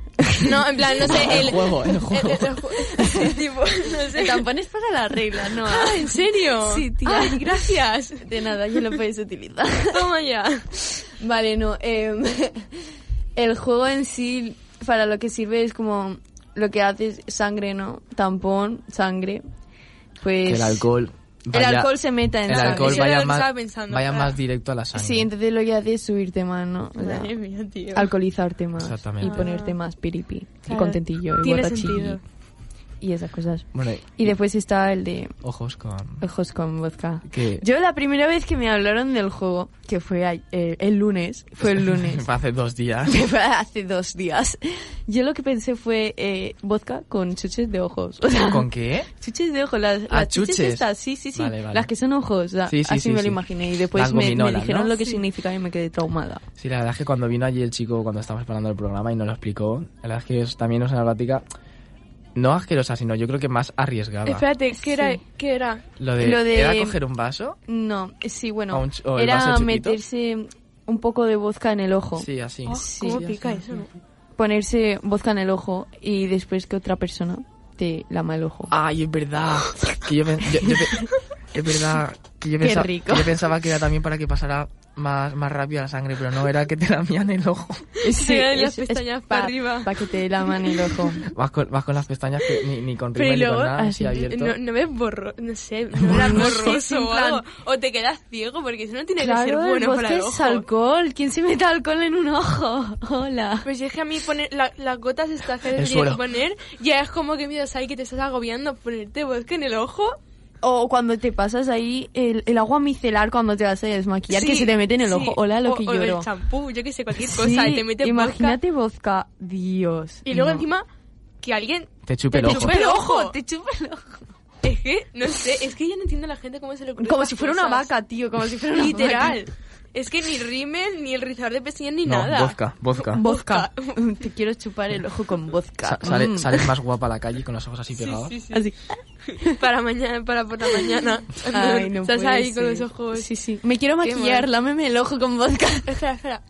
No, en plan, no sé, el... juego, el juego. el- el ju- sí, tipo, no sé. El tampón es para la regla, no. Ah, ¿en serio? Sí, tía. Ay, gracias. Ah, De nada, ya lo puedes utilizar. Toma ya. Vale, no. em, el juego en sí, para lo que sirve es como lo que hace es sangre, ¿no? Tampón, sangre. Pues. Que el alcohol... el vaya- alcohol se meta en el sangre. alcohol Eso era lo vaya, que más, estaba pensando, vaya claro. más directo a la sangre. Sí, entonces lo que hace es subirte más, ¿no? O sea, Madre mía, tío. alcoholizarte más. Exactamente. Y ponerte más piripi. Y Claro. contentillo. Y Tiene borrachillo, sentido. Y esas cosas. Bueno, Y después está el de ojos con... Ojos con vodka. Que- Yo la primera vez que me hablaron del juego, que fue a- eh, el lunes, fue el lunes, Hace dos días. que fue hace dos días, yo lo que pensé fue eh, vodka con chuches de ojos. O sea, ¿Con qué? Chuches de ojos, las, Ah, las chuches. chuches. estas, sí, sí, sí, Vale, vale. las que son ojos, o sea, Sí, sí, así sí, me sí. lo imaginé y después Las me- me, gominolas, dijeron ¿no? lo que Sí. significaba y me quedé traumada. Sí, la verdad es que cuando vino allí el chico cuando estábamos preparando el programa y nos lo explicó, la verdad es que es también es una práctica no asquerosa, sino yo creo que más Ah, arriesgada. Espérate, ¿qué era? Sí. ¿Qué era? lo, de, lo de- era coger un vaso, No, eh, sí, ¿A bueno, un ch- o el vaso era chiquito? meterse un poco de vodka en el ojo. sí, así. Sí. Oh, ¿Cómo pica eso? Ponerse vodka en el ojo y después que otra persona te lama el ojo. Ay, es verdad. Que yo, pen- yo- yo pe- es verdad que yo, Qué pensaba, rico. que yo pensaba que era también para que pasara más, más rápido la sangre, pero no, era que te lamían el ojo. Sí, Tirar las pestañas pa' arriba. Para que te laman el ojo. Vas con, vas con las pestañas que ni, ni con Pero rímel y ni luego, con nada, así así, abierto. No, no ves borro, no sé, no era No sé, sí, borroso en o plan- algo. O te quedas ciego porque eso no tiene que ser Claro, el bueno para vodka el es ojo. alcohol. ¿Quién se mete alcohol en un ojo? Hola. Pues si es que a mí poner la- las gotas estas que El te tienes suelo. que poner, ya es como que miras ahí que te estás agobiando ponerte vodka en el ojo. O cuando te pasas ahí el, el agua micelar cuando te vas a desmaquillar, que Sí, se te mete en el sí. ojo. Hola, lo O- que o lloro. el champú, yo que sé, cualquier Sí, cosa, y te metes vodka. imagínate vodka. Dios. Y luego no. encima que alguien Te chupe el te ojo. chupe el ojo. Te chupa el ojo. Es que, no sé, es que yo no entiendo a la gente cómo se le ocurre. Como esas si fuera una cosas. vaca, tío. Como si fuera una Literal. vaca. Es que ni rímel, ni el rizador de pestañas, ni no, nada. vodka, vodka. Vodka. Te quiero chupar el ojo con Sa- vodka. sale- Mm. sales más guapa a la calle con los ojos así pegados. Sí, sí, sí. Así. Para mañana, para por la mañana. Ay, no Estás puede ahí con ser. los ojos. Sí, sí. Me quiero maquillar, mal. lámeme el ojo con vodka. Espera, espera.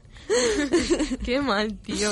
Qué mal, tío.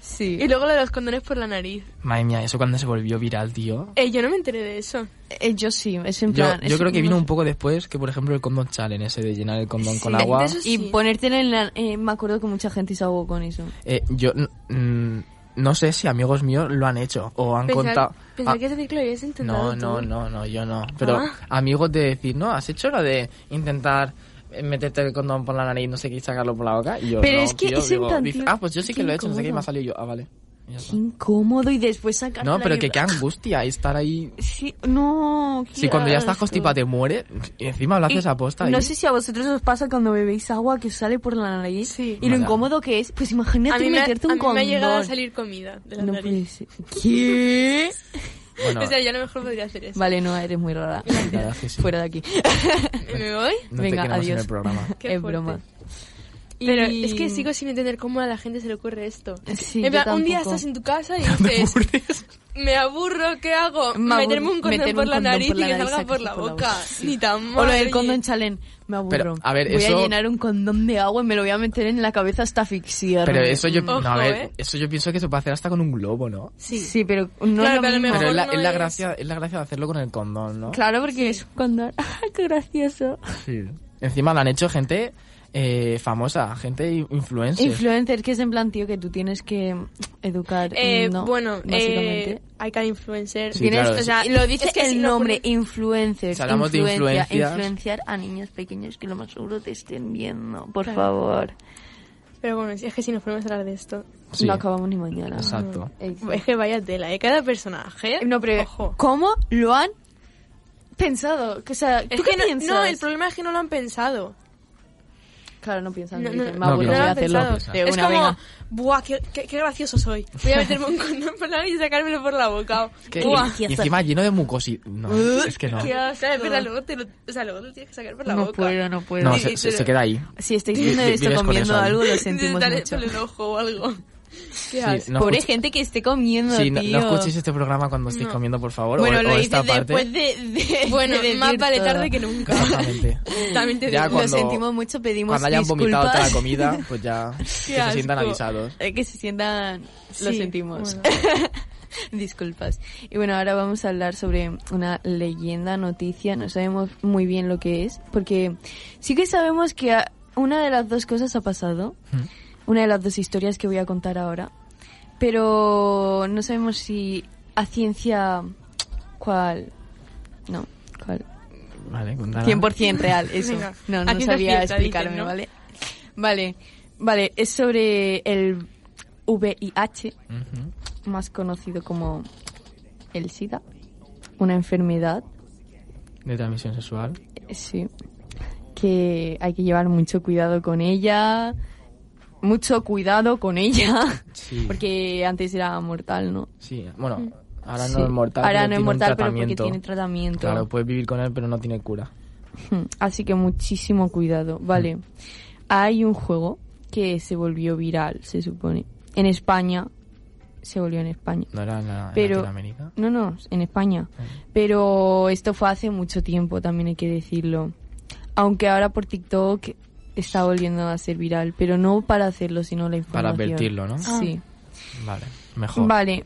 Sí. Y luego lo de los condones por la nariz. Madre mía, eso cuando se volvió viral, tío. Eh, yo no me enteré de eso. Eh, yo sí, es en Yo, plan... yo es- creo que vino no un poco después que, por ejemplo, el condón challenge, ese de llenar el condón con de- agua. de eso sé. Y Sí. ponértelo en la... eh, me acuerdo que mucha gente se ahogó con eso. Eh, yo mm, no sé si amigos míos lo han hecho o han contado. pensaba Ah, que es decir que lo habías intentado. no, no, ¿eh? tú. no, no, yo no. Pero Ah. amigos de decir, no, has hecho lo de intentar eh, meterte el condón por la nariz, no sé qué, y sacarlo por la boca. Y yo, Pero no, es que tío, es digo, en plan, dice, tío, ah, pues yo sí que qué lo he hecho, no sé qué, y me ha incómodo. salido yo. Ah, vale. Y ya está. Qué incómodo y después sacar... No, pero que qué angustia y estar ahí. Sí, no... qué Si cuando ya estás asco. constipada te muere, y encima lo haces Y a posta. No ahí. sé si a vosotros os pasa cuando bebéis agua que os sale por la nariz Sí. y lo Vale. incómodo que es. Pues imagínate A mí, me, ha- meterte a un mí condón. me ha llegado a salir comida de la No puede nariz. ser. ¿Qué? Bueno, O sea, yo a lo mejor podría hacer eso. Vale, no, eres muy rara. la verdad es que sí. Fuera de aquí. ¿Me voy? No te Venga, queremos en adiós. el programa. Qué es fuerte. broma. Pero es que sigo sin entender cómo a la gente se le ocurre esto. Sí, En plan, yo un día tampoco. estás en tu casa y dices, me aburro, ¿qué hago? Me aburro, Meterme un condón meterme por un la condón nariz por la y que nariz, salga sacar por la por la boca. boca, sí. Ni tan mal. O lo del oye. condón challenge. Me aburro. Pero, a ver, Voy eso- a llenar un condón de agua y me lo voy a meter en la cabeza hasta asfixiarme. Pero eso yo, Ojo, no, a ver, ¿eh? eso yo pienso que se puede hacer hasta con un globo, ¿no? Sí, sí pero no Claro, es lo pero a lo mismo. mejor Pero es la, no es la es- gracia, es la gracia de hacerlo con el condón, ¿no? Claro, porque es un condón. ¡Ah, qué gracioso! Sí. Encima lo han hecho gente eh, famosa, gente i- influencer. Influencer, que es en plan, tío, que tú tienes que educar. Eh, ¿no? bueno, básicamente. eh, hay cada influencer. Sí, Tienes- claro. o sea, Y lo dice es que el si no nombre, ocurre- influencer. Si hablamos de influencia, influencias- Influenciar a niños pequeños que lo más seguro te estén viendo, por favor. Pero bueno, es que si nos ponemos a hablar de esto. Sí, No acabamos ni mañana. Exacto. Eh, Es que vaya tela, ¿eh? Cada personaje. No, pero Ojo. ¿cómo lo han pensado? Que, O sea, ¿tú Es qué que no- piensas? no, el problema es que no lo han pensado. Claro, no piensan. No, no, dicen, no, "Va, No, bueno, no voy lo claro. a han hacerlo". pensado. Pensado. De Es una, como, venga. buah, qué, qué- qué gracioso soy. Voy a meterme un condón por la nariz y sacármelo por la boca. Que- Buah. y encima lleno de mucosidad. No, Uh, es que no. Qué asco. Claro, es verdad, luego te lo, o sea, luego te lo tienes que sacar por la No boca. puedo, no puedo. No, Sí, se, se- pero- se queda ahí. Si estáis Vi- viendo vi- esto vives con comiendo eso, ¿no? algo, lo Intentar sentimos mucho. por el ojo o algo. Sí, Qué asco. no Pobre escuch- gente que esté comiendo, sí, no, no tío. escuchéis este programa cuando estéis comiendo, por favor. o- e-, bueno, o, lo esta dices parte. después de, de- Bueno, de decir más vale todo. tarde que nunca. Exactamente. También te Ya digo. cuando- lo sentimos mucho, pedimos Cuando hayan vomitado toda la disculpas. comida, pues ya que se asco. sientan avisados. Eh, que se sientan... Lo Sí, sentimos. Disculpas. Y bueno, ahora vamos a hablar sobre una leyenda, noticia. No sabemos muy bien lo que es, porque sí que sabemos que a- una de las dos cosas ha pasado. Una de las dos historias que voy a contar ahora. Pero no sabemos si a ciencia... ¿Cuál? No, ¿cuál? Vale, cuéntala. 100% real, eso. Ah. Venga. No, A no ciencia sabía cierta, explicarme, dicen, ¿no? ¿vale? Vale, vale, es sobre el VIH, Ujú. más conocido como el SIDA, una enfermedad, De transmisión sexual. eh, sí, que hay que llevar mucho cuidado con ella, mucho cuidado con ella, Sí. porque antes era mortal, ¿no? Sí, bueno, ahora Sí. no es mortal. Ahora pero no es tiene un mortal, pero porque tratamiento. tiene tratamiento. Claro, puedes vivir con él, pero no tiene cura. Hmm, Así que muchísimo cuidado, ¿vale? Mm. Hay un juego que se volvió viral, se supone. En España. Se volvió en España. No Ah. era en la, en Pero- Latinoamérica. No, no, en España. Pero esto fue hace mucho tiempo, también hay que decirlo. Aunque ahora por TikTok está volviendo a ser viral, pero no para hacerlo, sino la información. Para advertirlo, ¿no? Ah. Sí. Vale, mejor. Vale,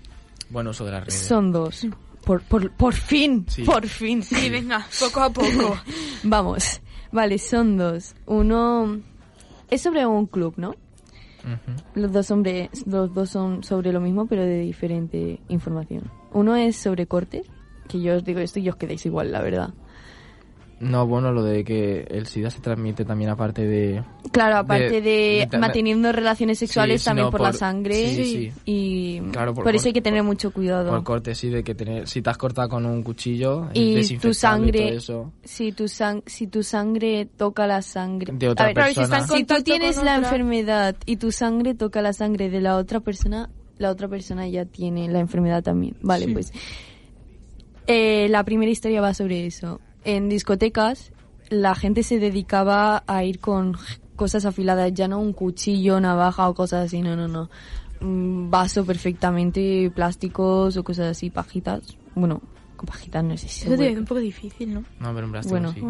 Buen uso de las redes. son dos. Por, por, por fin, Eh. Sí. por fin. Sí, venga, poco a poco. Vamos, vale, son dos. Uno es sobre un club, ¿no? Ujú. Los dos, sobre, los dos son sobre lo mismo, pero de diferente información. Uno es sobre cortes, que yo os digo esto y os quedáis igual, la verdad. No, bueno, lo de que el SIDA se transmite también aparte de... Claro, aparte de, De- de ta- manteniendo relaciones sexuales Sí, también sino por, la por- sangre sí, sí. y Claro, por, por- eso por- hay que tener por- mucho cuidado. Por corte, sí, de que tener... Si te has cortado con un cuchillo... es y tu desinfectable sangre, todo eso. si tu sang si tu sangre toca la sangre De otra A ver, Claro, y si persona. está en Si tú contacto tienes con la otra. enfermedad y tu sangre toca la sangre de la otra persona, la otra persona ya tiene la enfermedad también. Vale, pues eh, la primera historia va sobre eso. En discotecas la gente se dedicaba a ir con cosas afiladas, ya no un cuchillo, navaja o cosas así, no, no, no. Un vaso perfectamente, plásticos o cosas así, pajitas. Bueno, con pajitas no sé si se Eso te puede- es un poco difícil, ¿no? No, pero en plástico Bueno. sí.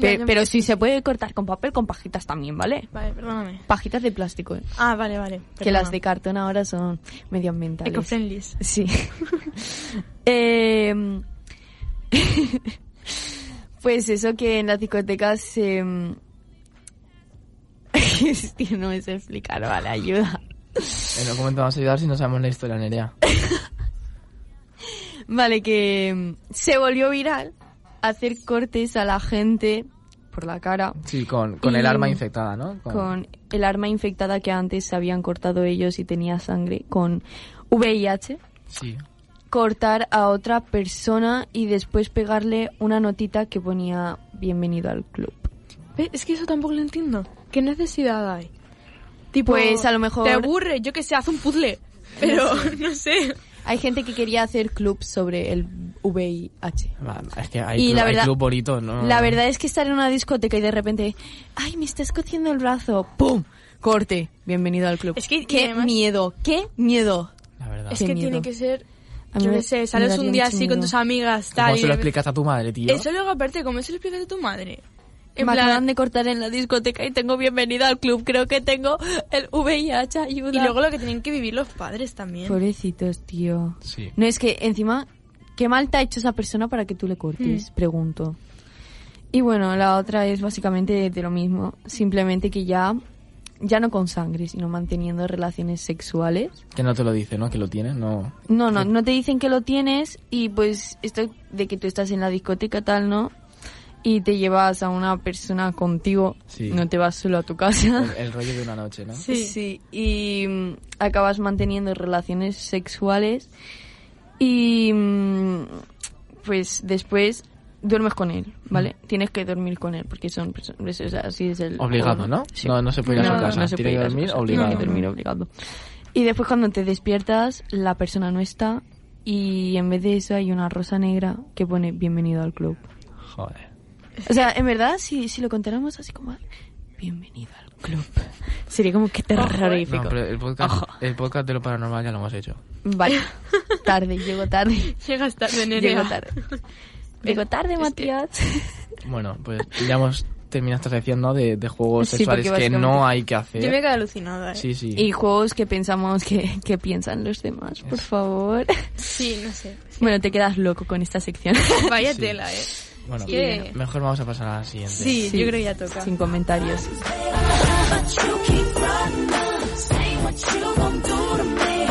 Pe- Vale, pero si se puede cortar con papel, con pajitas también, ¿vale? Vale, perdóname. Pajitas de plástico, ¿eh? Ah, vale, vale. que las de cartón ahora son medioambientales. Eco-friendly. Sí. Eh, pues eso que en las discotecas em, se... Tío, no me sé explicar, vale, ayuda. En algún momento vamos a ayudar si no sabemos la historia, Nerea. Vale, que mm, se volvió viral hacer cortes a la gente por la cara Sí, con, con el Y- arma infectada, ¿no? con el arma infectada que antes se habían cortado ellos y tenía sangre con VIH. Sí. cortar a otra persona y después pegarle una notita que ponía bienvenido al club. Ve, Es que eso tampoco lo entiendo. ¿Qué necesidad hay? Tipo, Pues, a lo mejor- Te aburre, yo que sé, haz un puzzle. Pero, no sé. Hay gente que quería hacer club sobre el VIH. Va, Es que hay, Y club, la hay verdad- club bonito, ¿no? La verdad es que estar en una discoteca y de repente, ay, me está escociendo el brazo, ¡pum! corte, bienvenido al club. Es que- y qué además- miedo, qué miedo. La verdad. Es Qué que miedo. tiene que ser, A mí yo me- qué sé, me sales daría un día mucho así con miedo. tus amigas, tal. ¿Cómo y se de lo repente- explicas a tu madre, tío? Eso luego, aparte, ¿cómo se lo explicas a tu madre? En Me acaban plan, de cortar en la discoteca y tengo bienvenido al club. Creo que tengo el VIH, ayuda. y luego lo que tienen que vivir los padres también. Pues, Pobrecitos, tío. Sí. No, es que encima, ¿qué mal te ha hecho esa persona para que tú le cortes? Hmm. Pregunto. Y bueno, la otra es básicamente de lo mismo. Simplemente que ya, ya no con sangre, sino manteniendo relaciones sexuales. Que no te lo dice, ¿no? Que lo tienes, no. No, no, no te dicen que lo tienes y pues esto de que tú estás en la discoteca tal, ¿no? Y te llevas a una persona contigo, Sí. no te vas solo a tu El, casa. el rollo de una noche, ¿no? Sí. y mm, acabas manteniendo relaciones sexuales y mm, pues después duermes con él, ¿vale? Tienes que dormir con él porque son personas, o sea, así es el... Obligado, ¿no? Sí. No, no se puede ir a su No, casa. no se Tiene que puede ir a su dormir casa, obligado. Tiene que dormir obligado. Y después cuando te despiertas, la persona no está y en vez de eso hay una rosa negra que pone bienvenido al club. Joder. O sea, en verdad, si, si lo contáramos así como bienvenido al club, sería como que terrorífico. No, pero el podcast, Ojo. el podcast de lo paranormal ya lo hemos hecho. Vale, tarde, llego tarde. Llegas tarde, Nerea. Llego tarde. Llego tarde, Matías. Bueno, pues ya hemos terminado esta sección, ¿no? De, de juegos Sí, porque sexuales que no básicamente- hay que hacer. Yo me he quedado alucinada, ¿eh? Sí, sí. Y juegos que pensamos que, que piensan los demás, por favor. Sí, no sé. Bueno, te quedas loco con esta sección. Vaya Sí. tela, ¿eh? Bueno, que- mejor vamos a pasar a la siguiente. Sí, yo creo que ya toca. Sin comentarios. But you keep running, saying what you gon' do to me.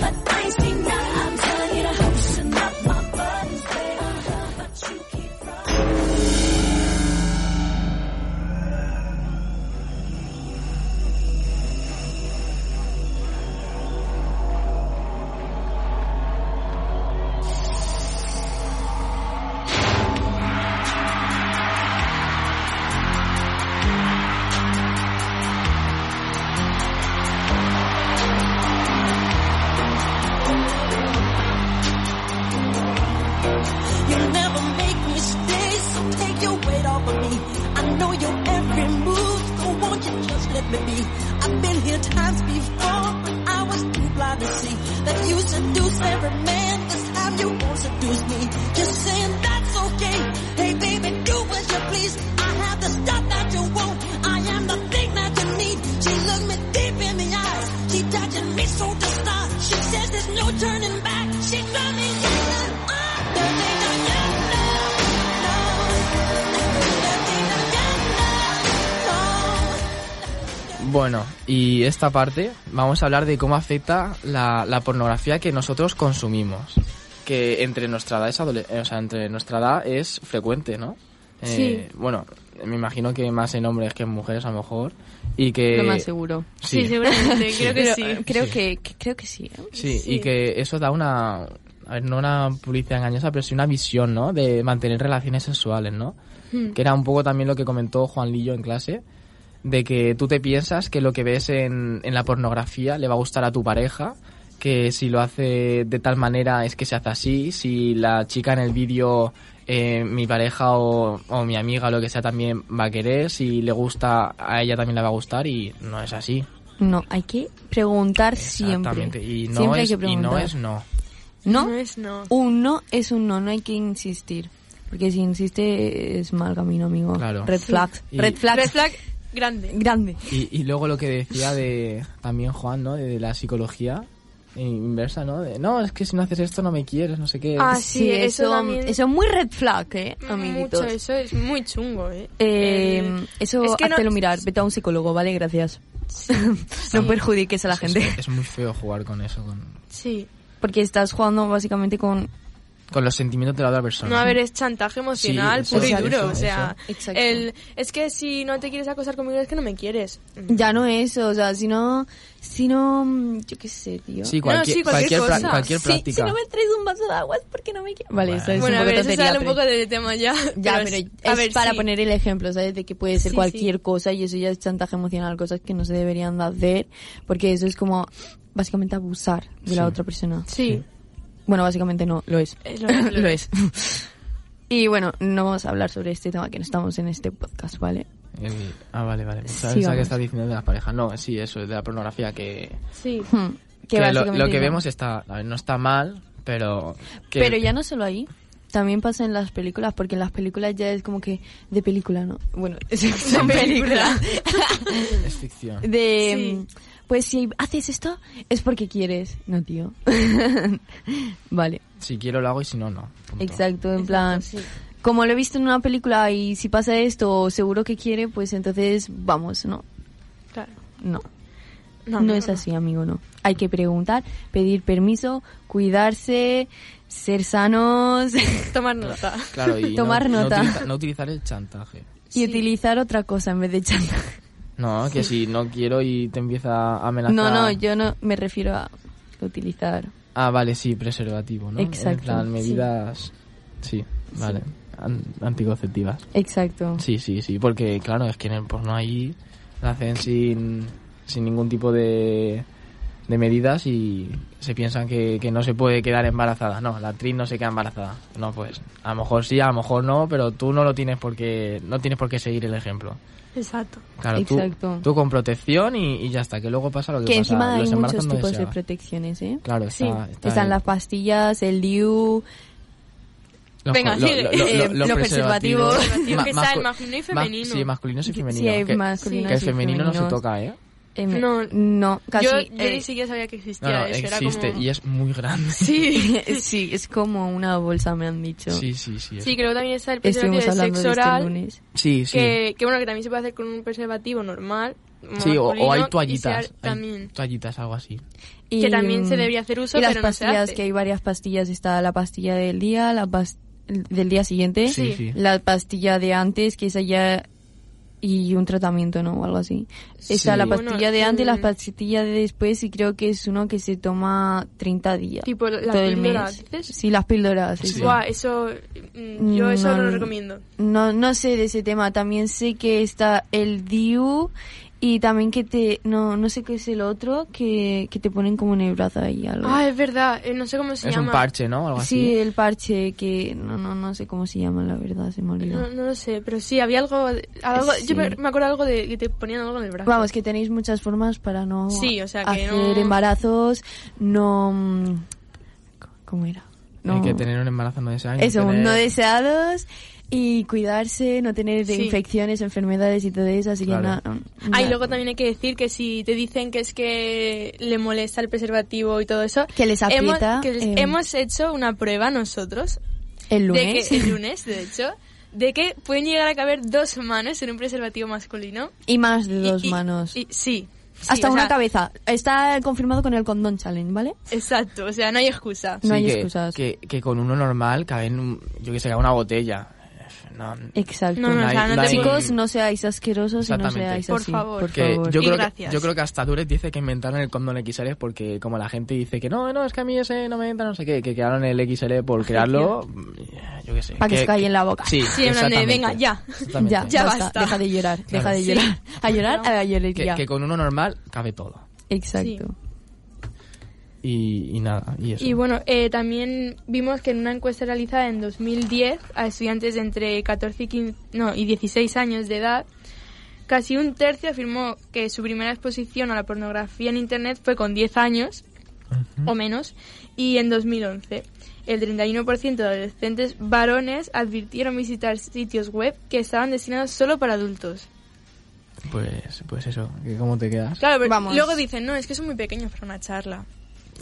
But I ain't seen that. I'm telling you to loosen up my buttons, baby. But you keep running. You never make mistakes, so take your weight off of me. I know your every move, so won't you just let me be? I've been here times before, but I was too blind to see that you seduce every man. This time you won't seduce me. You're saying that's okay. Hey baby, do what you please. I have the stuff that you want. I am the thing that you need. She looked me deep in the eyes. She touching me so to start. She says there's no turning back. She got me yelling. "Ah, the thing I am now, now. The thing I am now, now. Bueno, y esta parte vamos a hablar de cómo afecta la, la pornografía que nosotros consumimos. Que entre nuestra edad es adole- eh, o sea, entre nuestra edad es frecuente, ¿no? Eh, Bueno, me imagino que más en hombres que en mujeres a lo mejor. Y que. Lo más seguro. Eh, Sí, seguramente. creo que Pero, sí. eh, creo Sí. que, que- creo que sí. ¿eh? Sí, y que eso da una. A ver, no una publicidad engañosa, pero sí una visión, ¿no? De mantener relaciones sexuales, ¿no? Hmm. Que era un poco también lo que comentó Juan Lillo en clase, de que tú te piensas que lo que ves en, en la pornografía le va a gustar a tu pareja, que si lo hace de tal manera es que se hace así, si la chica en el vídeo, eh, mi pareja o, o mi amiga o lo que sea también va a querer, si le gusta a ella también le va a gustar y no es así. No, hay que preguntar siempre. Exactamente. Y no, siempre es, hay que y preguntar. no es no. No, Uh. No es no. un no es un no, no hay que insistir. Porque si insiste es mal camino, amigo. Claro. Red flag. Y- Red flag. Red flag grande. Grande. Y, y luego lo que decía de también Juan, ¿no? De la psicología inversa, ¿no? De, no, es que si no haces esto no me quieres, no sé qué. Ah, sí, eso también- eso es muy red flag, ¿eh, Mucho, amiguitos? eso es muy chungo, ¿eh? Eh, El- eso, es que no- háztelo mirar. Vete a un psicólogo, ¿vale? Gracias. no perjudiques a la Es- es- gente. Es, muy feo jugar con eso, con, Sí. Porque estás jugando básicamente con con los sentimientos de la otra persona. No, a ver, es chantaje emocional Sí, puro y exacto, duro. eso, o sea, eso. Exacto. el, es que si no te quieres acosar conmigo es que no me quieres. Ya no eso, o sea, si no, si no, mm, yo qué sé, tío. Sí, No, cualquier, sí, cualquier cualquier, cosa. cualquier Si- práctica. Si no me traes un vaso de agua es porque no me quieres. Vale, eso es un bueno, a poco ver, eso tontería, sale un pero- poco de tema ya. Ya, pero es, a ver, para sí. poner el ejemplo, ¿sabes? De que puede ser Sí, cualquier sí. cosa y eso ya es chantaje emocional, cosas que no se deberían de hacer, porque eso es como básicamente abusar de la Sí. otra persona. Sí. Bueno, básicamente no, lo es. Eh, lo es, lo es. y bueno, no vamos a hablar sobre este tema que no estamos en este podcast, ¿vale? El- ah, vale, vale. Pensaba, Sí, pensaba que vamos. estás diciendo de las parejas. No, sí, eso, es de la pornografía que... Sí. Hmm. que lo- lo, que vemos está, a ver, no está mal, pero... que- Pero ya no solo ahí, también pasa en las películas, porque en las películas ya es como que de película, ¿no? Bueno, es una película. Es ficción. De, mm, pues si haces esto es porque quieres, no tío. vale, Si quiero lo hago y si no, no. Punto. exacto, en plan, como lo he visto en una película y si pasa esto, seguro que quiere, pues entonces vamos, ¿no? Claro. No. No, No, no, es no. así, amigo, no. Hay que preguntar, pedir permiso, cuidarse, ser sanos Tomar nota. Claro, y no- Tomar no, nota. utiliza- no utilizar el chantaje. y utilizar otra cosa en vez de chantaje. No, que si no quiero y te empieza a amenazar... No, no, yo no me refiero a utilizar. Ah, vale, sí, preservativo, ¿no? En Exacto, plan, sí. medidas... Sí, vale. an- anticonceptivas. Exacto. Sí, sí, sí, porque claro, es que en el porno ahí lo hacen sin, sin ningún tipo de, de medidas y se piensan que, que no se puede quedar embarazada. No, la actriz no se queda embarazada. No, pues a lo mejor sí, a lo mejor no, pero tú no lo tienes porque no tienes por qué seguir el ejemplo. Exacto. Claro, tú, Exacto. tú con protección y, y ya está, que luego pasa lo que, Que pasa. encima hay Los embarazos muchos no tipos de deseados. protecciones, ¿eh? Claro, está, Sí, está Están el- las pastillas, el DIU, los- Venga, lo- sigue. lo- lo- Eh, los los preservativos. preservativos. Que está el mascu- masculino y ma- femenino. Sí, masculinos y Sí, femeninos. hay que, masculinos que el y femenino no se femeninos. toca, ¿eh? em, No. no, casi. yo yo eh, ni siquiera sabía que No, existía no, eso. existe era como... y es muy grande. Sí. sí, es como una bolsa, me han dicho. Sí, sí, sí. es- Sí, creo que también está el preservativo Estuvimos de hablando sexo de este oral. lunes. Sí, sí. Que, que bueno, que también se puede hacer con un preservativo normal. Sí, o, o masculino, y hay se ha- toallitas. hay también. toallitas, algo así. Y, Que también se mm, debería hacer uso, y las pero no se pastillas, hace. que hay varias pastillas. Está la pastilla del día, la pas- del día siguiente, Sí, sí. la pastilla de antes, que esa ya... Y un tratamiento, ¿no? O algo así. Está Sí. la pastilla Bueno, de antes, mm. la pastilla de después, y creo que es uno que se toma 30 días. Tipo la todo el píldora, mes. ¿dices? Sí, las píldoras. sí, Sí. sí. Buah, eso. mm, Yo eso no, No, lo no. recomiendo. No, no sé de ese tema. También sé que está el DIU y también que te... No, no sé qué es el otro, que, que te ponen como en el brazo ahí algo. Ah, es verdad. eh, no sé cómo se Es llama. un parche, ¿no? Algo Sí, así. el parche que no, no, no sé cómo se llama, la verdad, se me olvidó. No, no lo sé, pero sí, había algo. algo Sí. Yo me, me acuerdo algo de que te ponían algo en el brazo. Vamos, que tenéis muchas formas para no Sí, o sea, que hacer no- embarazos, no... mm, ¿Cómo era? No... Hay que tener un embarazo no deseado. hay que Eso, tener- no deseados y cuidarse, no tener Sí. infecciones, enfermedades y todo eso, así Claro. que no... no- Ah, y no- luego también hay que decir que si te dicen que es que le molesta el preservativo y todo eso, Que les aprieta, Hemos, que les- eh, hemos hecho una prueba nosotros, El de lunes. que el lunes, de hecho, de que pueden llegar a caber dos manos en un preservativo masculino. Y más de Y- dos y- manos. y- sí. sí, Hasta o una sea, cabeza. Está confirmado con el condón challenge, ¿vale? Exacto, o sea, no hay excusa. No hay que, excusas. Que, que con uno normal caben, un- yo que sé, cabe una botella. No, Exacto. No, no, o sea, no no te hay- Chicos, no seáis asquerosos y no Exactamente. seáis Por así. favor. Por que favor. yo Y creo que gracias. yo creo que hasta Dures dice que inventaron el condón XL porque como la gente dice que no no es que a mí ese no me entra no sé qué que crearon el XL por crearlo mm, yo qué sé Pa' que se calle en la boca. sí, Sí, en plan de, exactamente. venga, ya. Exactamente. Ya, Ya basta. basta. Deja de llorar. Deja Claro. de llorar. A llorar, a la que, llorería. que con uno normal cabe todo Exacto. y, y nada y eso Y bueno, eh, también vimos que en una encuesta realizada en 2010 a estudiantes de entre 14 y, 15 no, y 16 años de edad, casi un tercio afirmó que su primera exposición a la pornografía en Internet fue con 10 años o menos y en 2011. El 31% de adolescentes varones advirtieron visitar sitios web que estaban destinados solo para adultos. pues pues eso que cómo te quedas Claro, pero Vamos. luego dicen, no, es que son muy pequeños para una charla.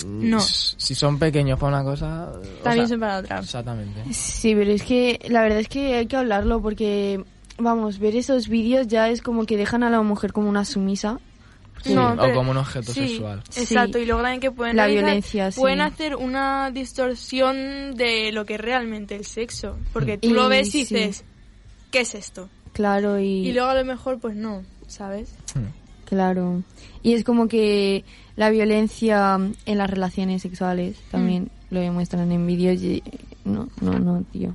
No, Mm, si son pequeños para una cosa o también sea, son para otra. exactamente Sí, pero es que la verdad es que hay que hablarlo porque, vamos, ver esos vídeos ya es como que dejan a la mujer como una sumisa. Sí, No, o pero- como un objeto sí, sexual Exacto, Sí. y luego también que pueden La realizar- violencia, sí. pueden hacer una distorsión de lo que es realmente el sexo, porque tú Y- lo ves y sí. dices, ¿qué es esto? Claro, Y luego a lo mejor pues no, ¿sabes? Mm. Claro. Y es como que la violencia en las relaciones sexuales también lo demuestran en vídeos. y- No, no, no, tío.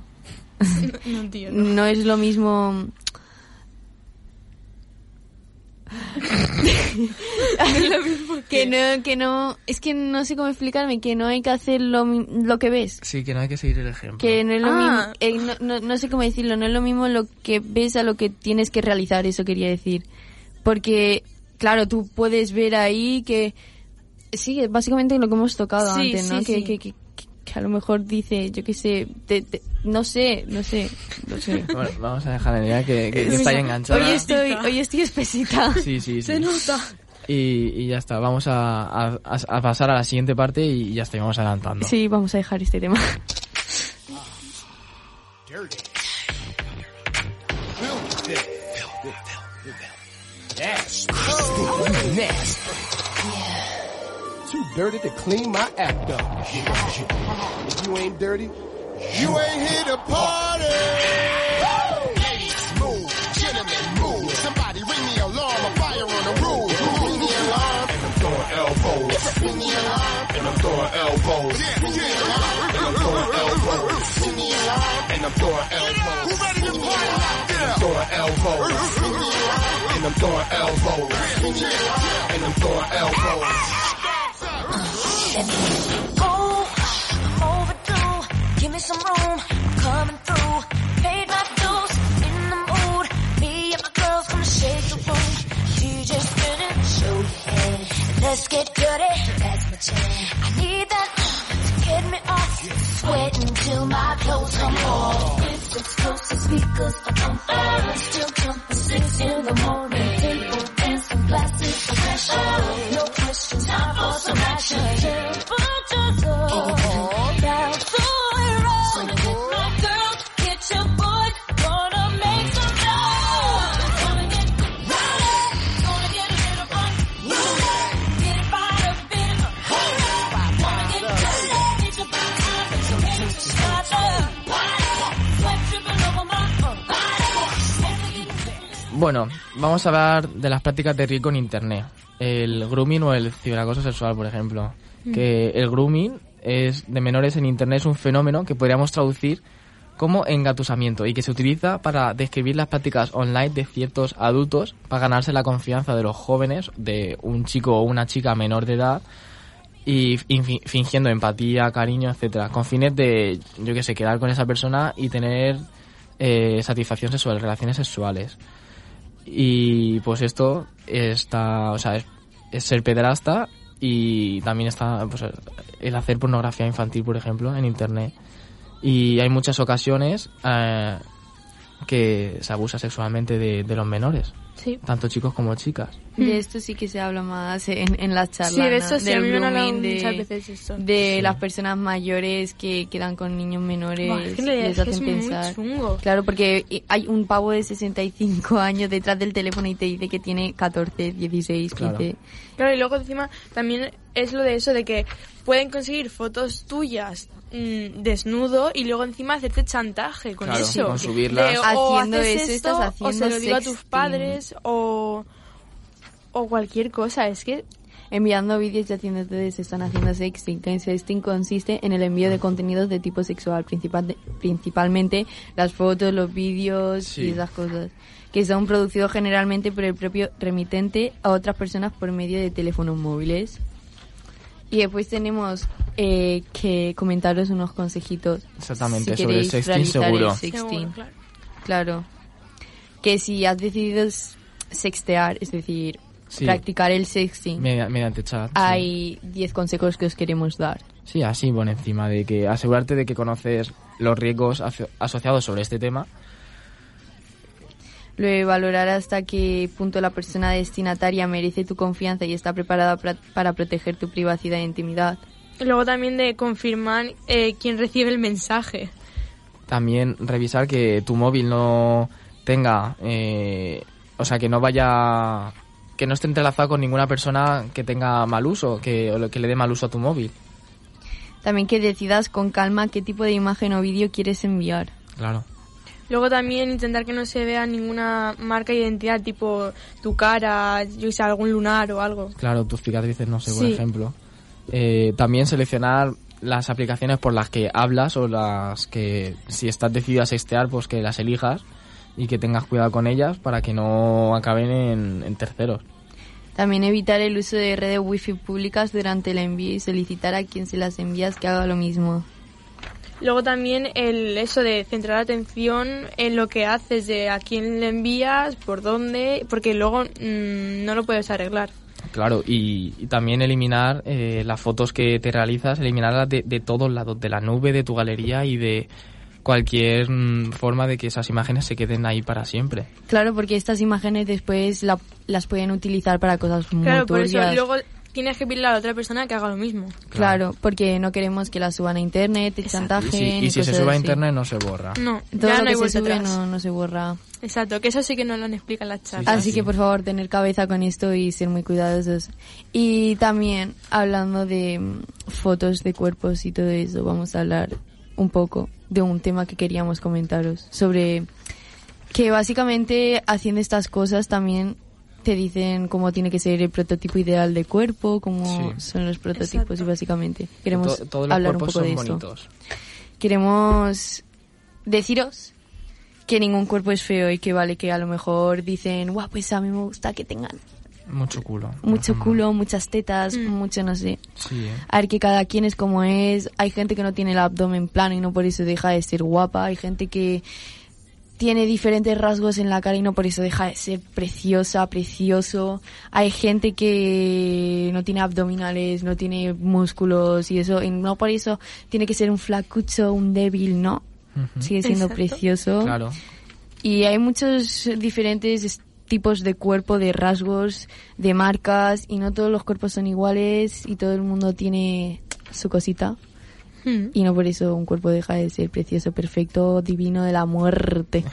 No, tío, no. No es lo mismo. que no, que no, es que no sé cómo explicarme, que no hay que hacer lo, mi- lo que ves. Sí, que no hay que seguir el ejemplo. Que no es lo Ah. mismo, eh, no, no- no sé cómo decirlo, no es lo mismo lo que ves a lo que tienes que realizar, eso quería decir. Porque, claro, tú puedes ver ahí que... Sí, es básicamente lo que hemos tocado Sí, antes, ¿no? sí, que, sí. Que, que- que- que a lo mejor dice, yo qué sé, te- te- no sé, no sé, no sé. Bueno, vamos a dejar a Nerea que, que- que Mira, Eh, está ahí enganchada. Hoy estoy, hoy estoy espesita. Sí, sí, sí. Se nota. Y, y ya está, vamos a, a- a pasar a la siguiente parte y ya está, y vamos adelantando. Sí, vamos a dejar este tema. Too dirty to clean my act up. If you ain't dirty, you ain't here to party. Ladies, move. Gentlemen, move. Somebody ring the alarm. A fire on the roof. Ring the alarm. And I'm throwing elbows. Ring the alarm. And I'm throwing elbows. Yeah, yeah. And I'm throwing elbows. Ring the alarm. And I'm throwing elbows. Who ready to party out there? I'm throwing elbows. Ring the alarm. And I'm throwing elbows. Ring the alarm. And I'm throwing elbows. Oh, overdue. Give me some room. I'm coming through. Paid my dues. In the mood. Me and my girls gonna shake the room. DJ spinning. Show your hand. Let's get dirty. That's my jam. I need that to get me off. Sweating till my clothes come off. It's explosive speakers are on fire. I'm Still jumping six in the morning. Table dance and glasses of fashion. No questions. Time for some action. Oh, Bueno, vamos a hablar de las prácticas de riesgo en Internet. El grooming o el ciberacoso sexual, por ejemplo. Que el grooming es de menores en Internet es un fenómeno que podríamos traducir como engatusamiento y que se utiliza para describir las prácticas online de ciertos adultos para ganarse la confianza de los jóvenes, de un chico o una chica menor de edad y infi- fingiendo empatía, cariño, etcétera, con fines de, yo qué sé, quedar con esa persona y tener eh, satisfacción sexual, relaciones sexuales. Y pues esto está, o sea, es, es ser pedrasta y también está pues, el hacer pornografía infantil, por ejemplo, en internet. Y hay muchas ocasiones eh, que se abusa sexualmente de, de los menores, Sí. tanto chicos como chicas. De esto sí que se habla más en, en las charlas. Sí, de ¿no? eso sí, Del a mí me han hablado grooming, de- muchas veces eso. de las personas mayores que quedan con niños menores Buah, es que y le- les es que hacen es muy pensar. chungo. Claro, porque eh, hay un pavo de 65 años detrás del teléfono y te dice que tiene 14, 16, 15. Claro. Claro, y luego encima también es lo de eso de que pueden conseguir fotos tuyas mm, desnudo y luego encima hacerte chantaje con Claro, eso. con subirlas. De, o Haciendo haces eso, esto, estás o se haciendo lo digo a tus sexting. padres o, o cualquier cosa. Es que Enviando vídeos y haciendo ustedes están haciendo sexting. El sexting consiste en el envío de contenidos de tipo sexual, principal- principalmente las fotos, los vídeos Sí. y esas cosas, que son producidos generalmente por el propio remitente a otras personas por medio de teléfonos móviles. Y después tenemos eh, que comentaros unos consejitos. Exactamente, si sobre el queréis sexting realizar seguro. el sexting. Seguro, claro. Claro. Que si has decidido s- sextear, es decir, Sí. practicar el sexting Media- mediante chat. sí. hay 10 consejos que os queremos dar. Sí, así por encima de que asegurarte de que conoces los riesgos aso- asociados sobre este tema. Lo de valorar hasta qué punto la persona destinataria merece tu confianza y está preparada pra- para proteger tu privacidad e intimidad. y luego también de confirmar eh, quién recibe el mensaje. También revisar que tu móvil no tenga, eh, o sea, que no vaya, que no esté entrelazado con ninguna persona que tenga mal uso, que, o lo- que le dé mal uso a tu móvil. También que decidas con calma qué tipo de imagen o vídeo quieres enviar. Claro. Luego también intentar que no se vea ninguna marca de identidad tipo tu cara, yo qué sé, algún lunar o algo. Claro, tus cicatrices, no sé, por Sí. ejemplo. Eh, también seleccionar las aplicaciones por las que hablas o las que, si estás decidido a sextear, pues que las elijas y que tengas cuidado con ellas para que no acaben en, en terceros. También evitar el uso de redes wifi públicas durante el envío y solicitar a quien se las envías que haga lo mismo. Luego también el eso de centrar la atención en lo que haces, de a quién le envías, por dónde, porque luego mm, no lo puedes arreglar. Claro, y, y también eliminar eh, las fotos que te realizas, eliminarlas de, de todos lados, de la nube, de tu galería y de cualquier mm, forma de que esas imágenes se queden ahí para siempre. Claro, porque estas imágenes después la- las pueden utilizar para cosas muy Claro, por eso turbias. luego tienes que pedirle a la otra persona que haga lo mismo. Claro, porque no queremos que las suban a internet, te Y chantajen. si, y si se cosas sube a así. internet no se borra. No, Ah, Todo ya lo no hay que vuelta se sube atrás. no, no se borra. Exacto, que eso sí que no lo explican las charlas. Así que por favor, tener cabeza con esto y ser muy cuidadosos. Y también hablando de mm, fotos de cuerpos y todo eso, vamos a hablar un poco de un tema que queríamos comentaros sobre que básicamente haciendo estas cosas también te dicen cómo tiene que ser el prototipo ideal de cuerpo, cómo Sí. son los prototipos y básicamente queremos To- todos los hablar un cuerpos poco de son esto. bonitos. Queremos deciros que ningún cuerpo es feo y que vale que a lo mejor dicen, guau, pues a mí me gusta que tengan Mucho culo. mucho culo, muchas tetas, mucho no sé. Sí, ¿eh? A ver que cada quien es como es. Hay gente que no tiene el abdomen plano y no por eso deja de ser guapa. Hay gente que tiene diferentes rasgos en la cara y no por eso deja de ser preciosa, precioso. Hay gente que no tiene abdominales, no tiene músculos y eso. Y no por eso tiene que ser un flacucho, un débil, no. Sigue siendo Exacto. precioso. Claro. Y hay muchos diferentes es- tipos de cuerpo, de rasgos, de marcas, y no todos los cuerpos son iguales y todo el mundo tiene su cosita. Hmm. Ah, Y no por eso un cuerpo deja de ser precioso, perfecto, divino de la muerte.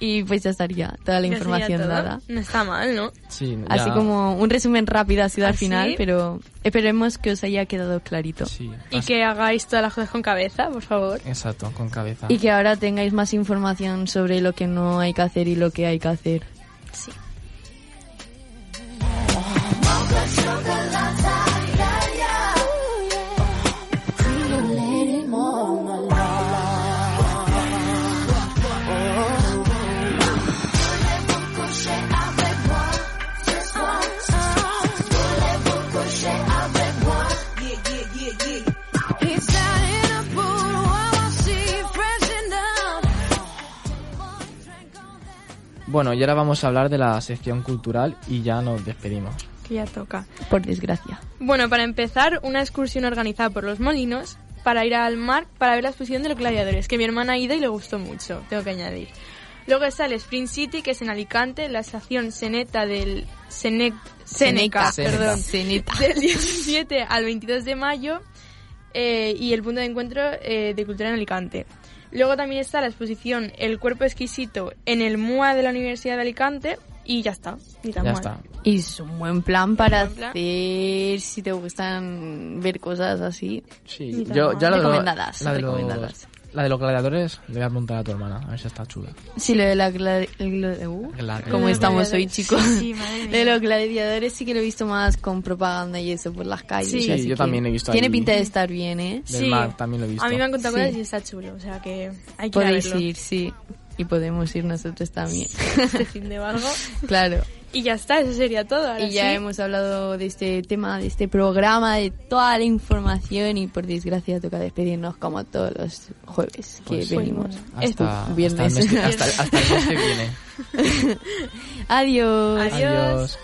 y pues ya estaría toda la Ya sería información todo. dada. No está mal, ¿no? Sí, Así ya- como un resumen rápido ha sido al ¿Así? final, pero esperemos que os haya quedado clarito. Y que hagáis todas las cosas con cabeza, por favor. Exacto, con cabeza. Y que ahora tengáis más información sobre lo que no hay que hacer y lo que hay que hacer. Bueno, y ahora vamos a hablar de la sección cultural y ya nos despedimos. Que ya toca. Por desgracia. Bueno, para empezar, una excursión organizada por los molinos para ir al mar para ver la exposición de los gladiadores, que mi hermana ha ido y le gustó mucho, tengo que añadir. Luego está el Sprint City, que es en Alicante, la estación Seneta del... Sene- Seneca. Seneca, perdón. Seneta. Del 17 al 22 de mayo eh, y el punto de encuentro eh, de cultura en Alicante. Luego también está la exposición El cuerpo exquisito en el MUA de la Universidad de Alicante y ya está. ni tan mal. Y es un buen plan para buen plan. hacer si te gustan ver cosas así. Sí, yo, ya la de lo- recomendadas. la de los- recomendadas. la de los gladiadores le voy a preguntar a tu hermana, a ver si está chula. Sí, lo de la... gla- gla- uh, Gladiadores. ¿Cómo estamos hoy, gladiadores. chicos? Sí, sí, madre mía. de los gladiadores sí que lo he visto más con propaganda y eso por las calles. Sí, así yo que también he visto Tiene ahí- pinta de estar bien, ¿eh? Del mar, también lo he visto. A mí me han contado Sí. cosas y está chulo, o sea que hay que ir a Podéis verlo. ir, sí. Y podemos ir nosotros también. Este fin de algo. claro. Y ya está, eso sería todo. ahora Y ya ¿Ah, sí. hemos hablado de este tema, de este programa, de toda la información y por desgracia toca despedirnos como todos los jueves que Pues sí. venimos. Hasta, Uf, viernes. Hasta el mes que, hasta- hasta el mes que viene. Adiós. Adiós.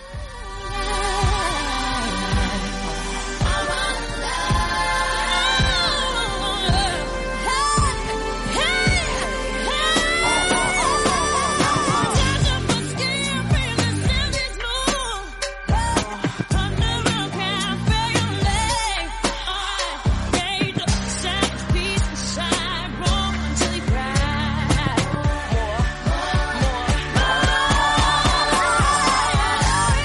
More, more, more.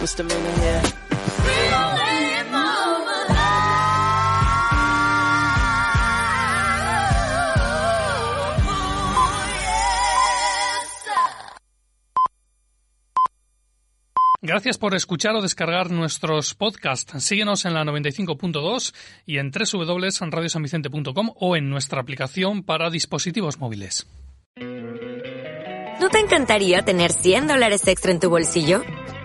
just a minute here. Gracias por escuchar o descargar nuestros podcasts. Síguenos en la 95.2 y en www.radiosanvicente.com o en nuestra aplicación para dispositivos móviles. ¿No te encantaría tener 100 dólares extra en tu bolsillo?